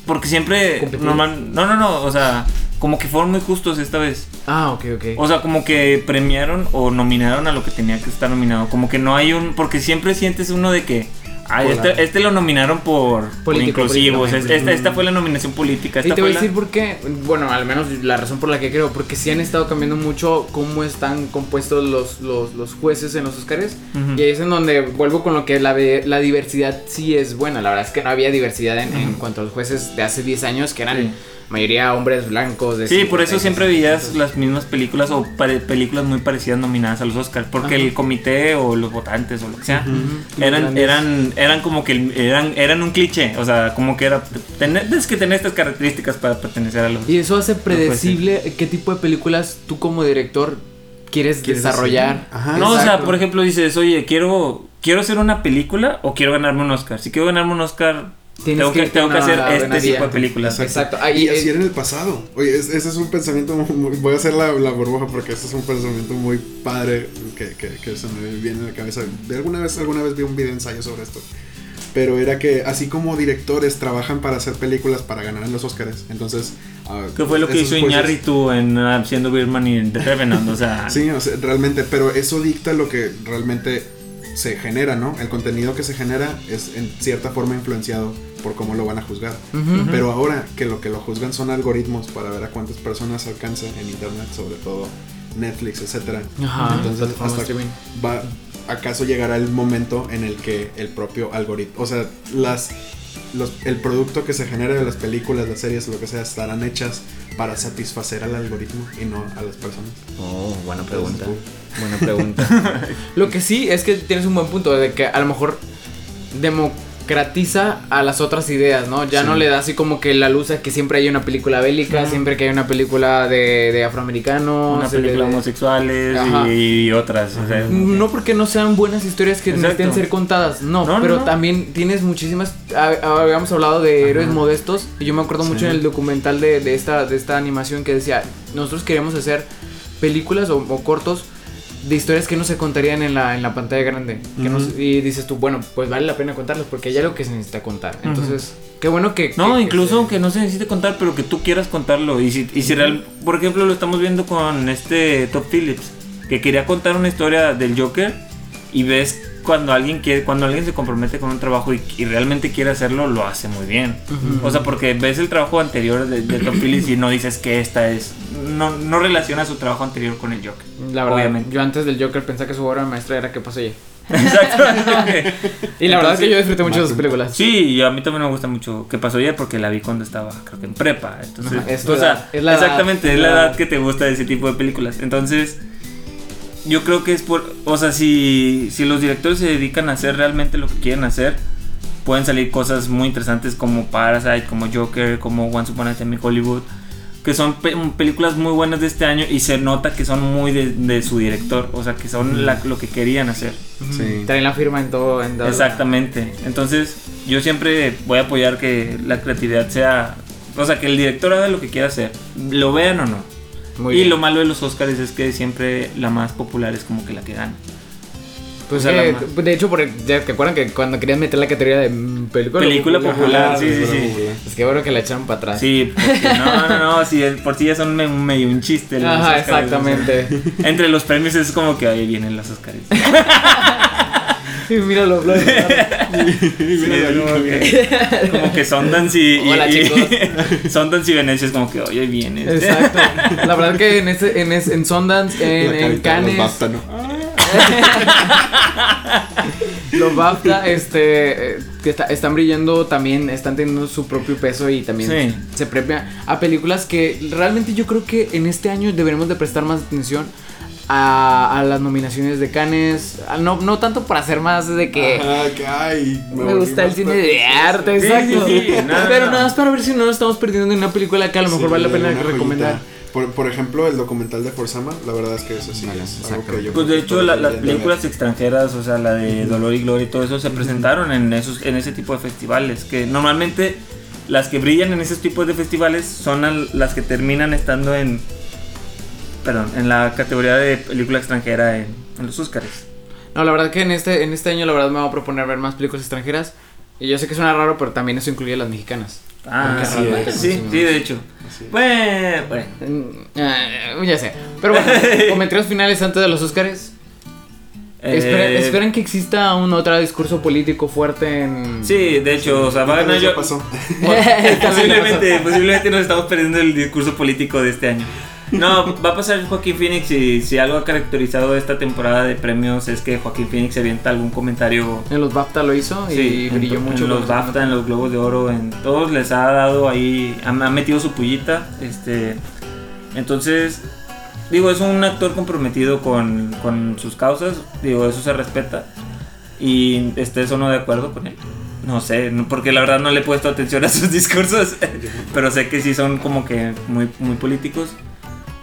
Speaker 1: Porque siempre.
Speaker 2: Competidos.
Speaker 1: Normal... No, no, no. O sea, como que fueron muy justos esta vez.
Speaker 2: Ah, ok, ok.
Speaker 1: O sea, como que premiaron o nominaron a lo que tenía que estar nominado. Como que no hay un. Porque siempre sientes uno de que. Ay,
Speaker 3: Por
Speaker 1: este,
Speaker 3: la-
Speaker 1: este lo nominaron por, por
Speaker 2: Político,
Speaker 1: inclusivos.
Speaker 2: político,
Speaker 1: es- esta, esta fue la nominación política.
Speaker 2: y
Speaker 1: Esta fue
Speaker 2: te voy a
Speaker 1: la-
Speaker 2: decir por qué, bueno, al menos la razón por la que creo, porque sí han estado cambiando mucho cómo están compuestos los, los, los jueces en los Oscars.
Speaker 1: Ujú.
Speaker 2: Y ahí es en donde vuelvo con lo que la, ve- la diversidad sí es buena. La verdad es que no había diversidad en, en cuanto a los jueces de hace 10 años, que eran
Speaker 1: Sí.
Speaker 2: mayoría hombres blancos. de
Speaker 1: Sí, por eso
Speaker 2: 56,
Speaker 1: siempre
Speaker 2: 60.
Speaker 1: veías las mismas películas o pare- películas muy parecidas nominadas a los Oscars, porque
Speaker 2: Ajá.
Speaker 1: el comité o los votantes o lo que sea
Speaker 2: Ujú.
Speaker 1: eran,
Speaker 2: Grandes.
Speaker 1: eran, eran como que el- eran, eran un cliché, o sea, como que era tener, tienes que tener estas características para pertenecer a los.
Speaker 2: Y eso hace predecible qué tipo de películas tú como director quieres,
Speaker 3: ¿Quieres
Speaker 2: desarrollar.
Speaker 3: hacer? Ajá.
Speaker 1: no, o sea,
Speaker 2: Exacto.
Speaker 1: por ejemplo dices, oye, quiero ¿quiero hacer una película o quiero ganarme un Oscar? Si quiero ganarme un Oscar,
Speaker 2: Tienes
Speaker 1: tengo que,
Speaker 2: que-
Speaker 1: tengo que
Speaker 2: no,
Speaker 1: hacer
Speaker 2: no,
Speaker 1: este
Speaker 2: ganaría.
Speaker 1: tipo de películas.
Speaker 2: Exacto.
Speaker 3: Y,
Speaker 2: Ahí,
Speaker 3: así
Speaker 2: eh,
Speaker 3: era en el pasado. Oye, es- ese es un pensamiento. muy- muy- Voy a hacer la, la burbuja porque ese es un pensamiento muy padre que, que- que se me viene a la cabeza. De alguna vez, alguna vez vi un video ensayo sobre esto. Pero era que así como directores trabajan para hacer películas para ganar en los Oscars, entonces. ah,
Speaker 1: ¿Qué fue lo que
Speaker 3: esos
Speaker 1: hizo
Speaker 3: jueces-
Speaker 1: Iñárritu en ah, siendo Birdman y en The Revenant? O sea,
Speaker 3: Sí, o sea, realmente, pero eso dicta lo que realmente se genera, ¿no? El contenido que se genera es en cierta forma influenciado por cómo lo van a juzgar.
Speaker 2: ujú.
Speaker 3: Pero ahora que lo que lo juzgan son algoritmos para ver a cuántas personas alcanza en internet, sobre todo Netflix, etcétera.
Speaker 2: Ajá,
Speaker 3: Entonces,
Speaker 2: plataformas
Speaker 3: hasta
Speaker 2: streaming.
Speaker 3: va, ¿acaso llegará el momento en el que el propio algoritmo, o sea, las los- el producto que se genere de las películas, las series, lo que sea, estarán hechas para satisfacer al algoritmo y no a las personas?
Speaker 4: Oh, buena
Speaker 3: pregunta.
Speaker 4: pregunta. Buena pregunta.
Speaker 2: Lo que sí es que tienes un buen punto de que a lo mejor democratiza a las otras ideas, ¿no? Ya
Speaker 3: Sí.
Speaker 2: no le da así como que la luz a que siempre hay una película bélica, siempre que hay una película de, de afroamericanos.
Speaker 1: una
Speaker 2: se le-
Speaker 1: película homosexuales
Speaker 2: Ajá.
Speaker 1: y, y otras. o sea,
Speaker 2: No porque no sean buenas historias que
Speaker 1: Exacto.
Speaker 2: necesiten ser contadas, no,
Speaker 1: No, no,
Speaker 2: pero
Speaker 1: no.
Speaker 2: también tienes muchísimas, ah, ah, habíamos hablado de héroes modestos y yo me acuerdo mucho
Speaker 3: Sí.
Speaker 2: en el documental de, de esta, de esta animación que decía, nosotros queremos hacer películas o, o cortos de historias que no se contarían en la, en la pantalla grande que no
Speaker 3: Ujú.
Speaker 2: se- y dices tú, bueno, pues vale la pena contarlas porque hay algo que se necesita contar, entonces, qué bueno que... que-
Speaker 1: No,
Speaker 2: que
Speaker 1: incluso
Speaker 2: se-
Speaker 1: aunque no se necesite contar, pero que tú quieras contarlo. Y si, y si real, por ejemplo, lo estamos viendo con este Top Phillips, que quería contar una historia del Joker y ves cuando alguien quiere, cuando alguien se compromete con un trabajo y, y realmente quiere hacerlo, lo hace muy bien. O sea, porque ves el trabajo anterior de, de Top Phillips y no dices que esta es, no, no relaciona su trabajo anterior con el Joker.
Speaker 2: La verdad,
Speaker 1: obviamente.
Speaker 2: yo antes del Joker pensaba que su obra maestra era qué pasó ayer.
Speaker 1: Exacto.
Speaker 2: Y la verdad es que
Speaker 1: Entonces-
Speaker 2: yo disfruté mucho de sus películas.
Speaker 1: Sí, y a mí también me gusta mucho qué pasó ayer porque la vi cuando estaba, creo que en prepa. Entonces,
Speaker 2: Ajá, es
Speaker 1: o
Speaker 2: la
Speaker 1: sea,
Speaker 2: edad, es la
Speaker 1: exactamente,
Speaker 2: edad,
Speaker 1: es la
Speaker 2: la edad.
Speaker 1: edad que te gusta de ese tipo de películas. Entonces, yo creo que es por, o sea, si, si los directores se dedican a hacer realmente lo que quieren hacer, pueden salir cosas muy interesantes como Parasite, como Joker, como Once Upon a Time in Hollywood, que son pe- películas muy buenas de este año y se nota que son muy de, de su director, o sea, que son la- lo que querían hacer.
Speaker 3: Sí.
Speaker 2: Traen la firma en todo. En todo.
Speaker 1: Exactamente. Entonces, yo siempre voy a apoyar que la creatividad sea. O sea, que el director haga lo que quiera hacer. Lo vean o no.
Speaker 2: Muy
Speaker 1: y
Speaker 2: bien.
Speaker 1: lo malo de los Oscars es que siempre la más popular es como que la que gana.
Speaker 2: Pues
Speaker 1: o sea,
Speaker 2: que,
Speaker 1: la más-
Speaker 2: de hecho, por, ya te acuerdan que cuando querían meter la categoría de mm, película,
Speaker 1: Película popular, sí, sí,
Speaker 3: Pero
Speaker 1: sí.
Speaker 3: popular.
Speaker 2: Es que bueno que la echaron para atrás.
Speaker 1: Sí, porque no, no, no, si el- por sí ya son me- medio un chiste. los
Speaker 2: Ajá,
Speaker 1: Óscares,
Speaker 2: exactamente.
Speaker 1: o sea, entre los premios es como que ahí vienen los Oscars.
Speaker 2: Sí, míralo, lo
Speaker 1: Sí, como, que, como que Sundance y, y-
Speaker 2: Hola,
Speaker 1: y-
Speaker 2: chicos.
Speaker 1: Sundance y Venecia es como que oye vienes.
Speaker 2: Exacto. La verdad que en, ese, en, ese- en Sundance, en,
Speaker 3: La
Speaker 2: en
Speaker 3: carita de los
Speaker 2: Cannes,
Speaker 3: BAFTA, ¿no?
Speaker 2: los BAFTA, este, eh, que está- están brillando también, están teniendo su propio peso y también
Speaker 1: Sí.
Speaker 2: se premia a películas que realmente yo creo que en este año deberemos de prestar más atención a, a las nominaciones de Cannes, a- no, no tanto para hacer más de que...
Speaker 3: Ajá, que ay,
Speaker 2: Me,
Speaker 3: volví
Speaker 2: gusta el
Speaker 3: más
Speaker 2: cine
Speaker 3: tarde.
Speaker 2: de arte,
Speaker 1: Sí,
Speaker 2: exacto.
Speaker 1: sí, sí, nada,
Speaker 2: Pero
Speaker 1: no.
Speaker 2: nada más para ver si no nos estamos perdiendo en una película que a lo mejor
Speaker 3: Sí,
Speaker 2: vale la pena
Speaker 3: una joyita.
Speaker 2: recomendar.
Speaker 3: Por, por ejemplo, el documental de Forzama, la verdad es que eso sí
Speaker 4: Vale,
Speaker 3: es algo
Speaker 4: exactamente.
Speaker 3: que
Speaker 1: Pues
Speaker 3: yo creo
Speaker 1: de
Speaker 3: que
Speaker 1: hecho
Speaker 3: todos
Speaker 1: la- las
Speaker 3: deberían de ver.
Speaker 1: películas extranjeras, o sea, la de Dolor y Gloria y todo eso se presentaron en esos en ese tipo de festivales que normalmente las que brillan en esos tipos de festivales son al- las que terminan estando en perdón, en la categoría de película extranjera en, en los Óscares.
Speaker 2: No, la verdad que en este, en este año la verdad me voy a proponer ver más películas extranjeras. Y yo sé que suena raro, pero también eso incluye las mexicanas.
Speaker 1: Ah,
Speaker 3: Porque
Speaker 1: sí,
Speaker 3: realmente
Speaker 1: sí,
Speaker 2: no
Speaker 1: sí, de hecho. Bueno, bueno.
Speaker 2: Mm, ah, ya sé. Pero bueno, comentarios finales antes de los Óscares. Espera-
Speaker 1: Eh,
Speaker 2: esperan que exista un otro discurso político fuerte en...
Speaker 1: Sí, de hecho, o sea, va a
Speaker 3: Tal
Speaker 1: ganar
Speaker 3: vez ya
Speaker 1: yo.
Speaker 3: pasó.
Speaker 2: También lo
Speaker 1: posiblemente, posiblemente nos estamos perdiendo el discurso político de este año. No, va a pasar Joaquín Phoenix y si algo ha caracterizado esta temporada de premios es que Joaquín Phoenix avienta algún comentario
Speaker 2: En los BAFTA lo hizo y
Speaker 1: sí, en-
Speaker 2: brilló mucho.
Speaker 1: en los
Speaker 2: con-
Speaker 1: BAFTA, en los Globos de Oro, en todos les ha dado ahí, ha, ha metido su pullita, este, entonces, digo, es un actor comprometido con, con sus causas, digo, eso se respeta, y estés o no de acuerdo con él, no sé, no- porque la verdad no le he puesto atención a sus discursos, pero sé que sí son como que muy, muy políticos,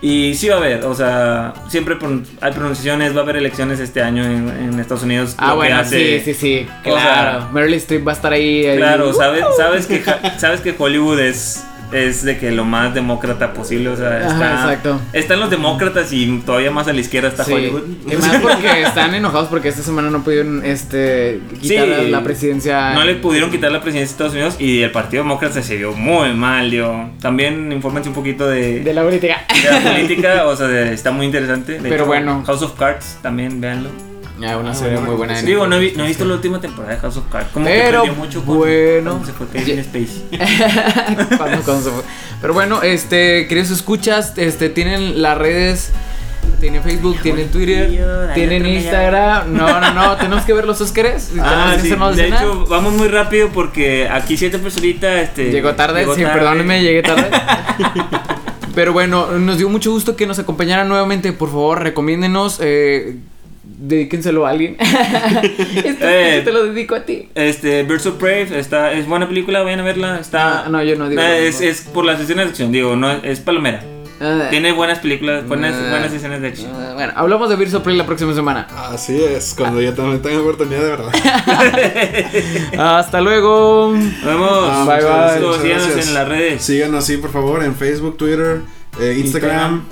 Speaker 1: Y sí va a haber, o sea, siempre pron- hay pronunciaciones, va a haber elecciones este año en, en Estados Unidos.
Speaker 2: Ah,
Speaker 1: lo que
Speaker 2: bueno, sí,
Speaker 1: hace-
Speaker 2: sí, sí.
Speaker 1: o
Speaker 2: Claro.
Speaker 1: sea,
Speaker 2: Meryl Streep va a estar ahí. ahí.
Speaker 1: Claro, sabes, sabes, que, ja- sabes que Hollywood es, es de que lo más demócrata posible, o sea,
Speaker 2: Ajá,
Speaker 1: está-
Speaker 2: exacto.
Speaker 1: están los demócratas y todavía más a la izquierda está
Speaker 2: Sí.
Speaker 1: Hollywood.
Speaker 2: Y más porque están enojados porque esta semana no pudieron este, quitar
Speaker 1: Sí.
Speaker 2: la presidencia.
Speaker 1: No le pudieron quitar la presidencia de Estados Unidos y el Partido Demócrata se vio muy mal, digo. También infórmense un poquito de,
Speaker 2: de la política.
Speaker 1: de la política, o sea, de- está muy interesante. De
Speaker 2: Pero bueno.
Speaker 1: House of Cards también, véanlo.
Speaker 2: Ah, una serie
Speaker 3: bueno.
Speaker 2: muy buena. de
Speaker 1: Digo, no he,
Speaker 2: Netflix.
Speaker 1: vi- no he visto la última temporada de House of Cards. Como que
Speaker 2: Pero,
Speaker 1: perdió mucho cuando-
Speaker 2: bueno.
Speaker 1: cuando se fue Kevin Spacey.
Speaker 2: Cuando- cuando se fue. Pero bueno, este, queridos escuchas, este, tienen las redes. Tienen Facebook, tienen
Speaker 1: tío,
Speaker 2: Twitter,
Speaker 1: dale
Speaker 2: tienen
Speaker 1: otro me
Speaker 2: Instagram. No, no, no, tenemos que ver los Óscares.
Speaker 1: Ah,
Speaker 2: tenemos que
Speaker 1: sí,
Speaker 2: hacernos
Speaker 1: de
Speaker 2: cenar.
Speaker 1: hecho, vamos muy rápido porque aquí siete personitas, este...
Speaker 2: Llegó tarde,
Speaker 1: llegó
Speaker 2: sí,
Speaker 1: tarde.
Speaker 2: perdónenme, llegué tarde. Pero bueno, nos dio mucho gusto que nos acompañaran nuevamente. Por favor, recomiéndenos. Eh, dedíquenselo a alguien. Esto
Speaker 1: Eh.
Speaker 2: Este te lo dedico a ti.
Speaker 1: Este, Birds of Prey, está, es buena película, vayan a verla, está...
Speaker 2: Ah, no, yo no digo.
Speaker 1: Eh,
Speaker 2: lo
Speaker 1: es,
Speaker 2: mismo.
Speaker 1: es por las escenas de acción, digo, no, es palomera.
Speaker 2: Ah,
Speaker 1: Tiene buenas películas, buenas,
Speaker 2: Ah.
Speaker 1: buenas escenas de acción.
Speaker 2: ah, bueno, hablamos de Birds of Prey la próxima semana.
Speaker 3: Así es, cuando yo también tenga oportunidad de verdad.
Speaker 2: Hasta luego.
Speaker 1: Nos vemos.
Speaker 3: Ah,
Speaker 2: Bye,
Speaker 3: muchas gracias,
Speaker 2: bye.
Speaker 3: muchas
Speaker 1: Síganos
Speaker 3: gracias.
Speaker 1: en las redes.
Speaker 3: Síganos, sí, por favor, en Facebook, Twitter, eh, Instagram,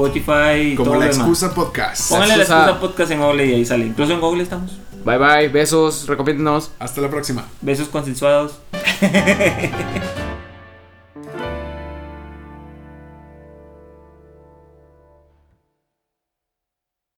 Speaker 1: Spotify y
Speaker 3: como
Speaker 1: todo
Speaker 3: la
Speaker 1: lo demás.
Speaker 3: excusa podcast.
Speaker 1: Pónganle la
Speaker 2: excusa.
Speaker 1: excusa podcast en Google y ahí sale. Incluso en Google estamos.
Speaker 2: Bye bye, besos, recomiéndanos.
Speaker 3: Hasta la próxima.
Speaker 1: Besos consensuados.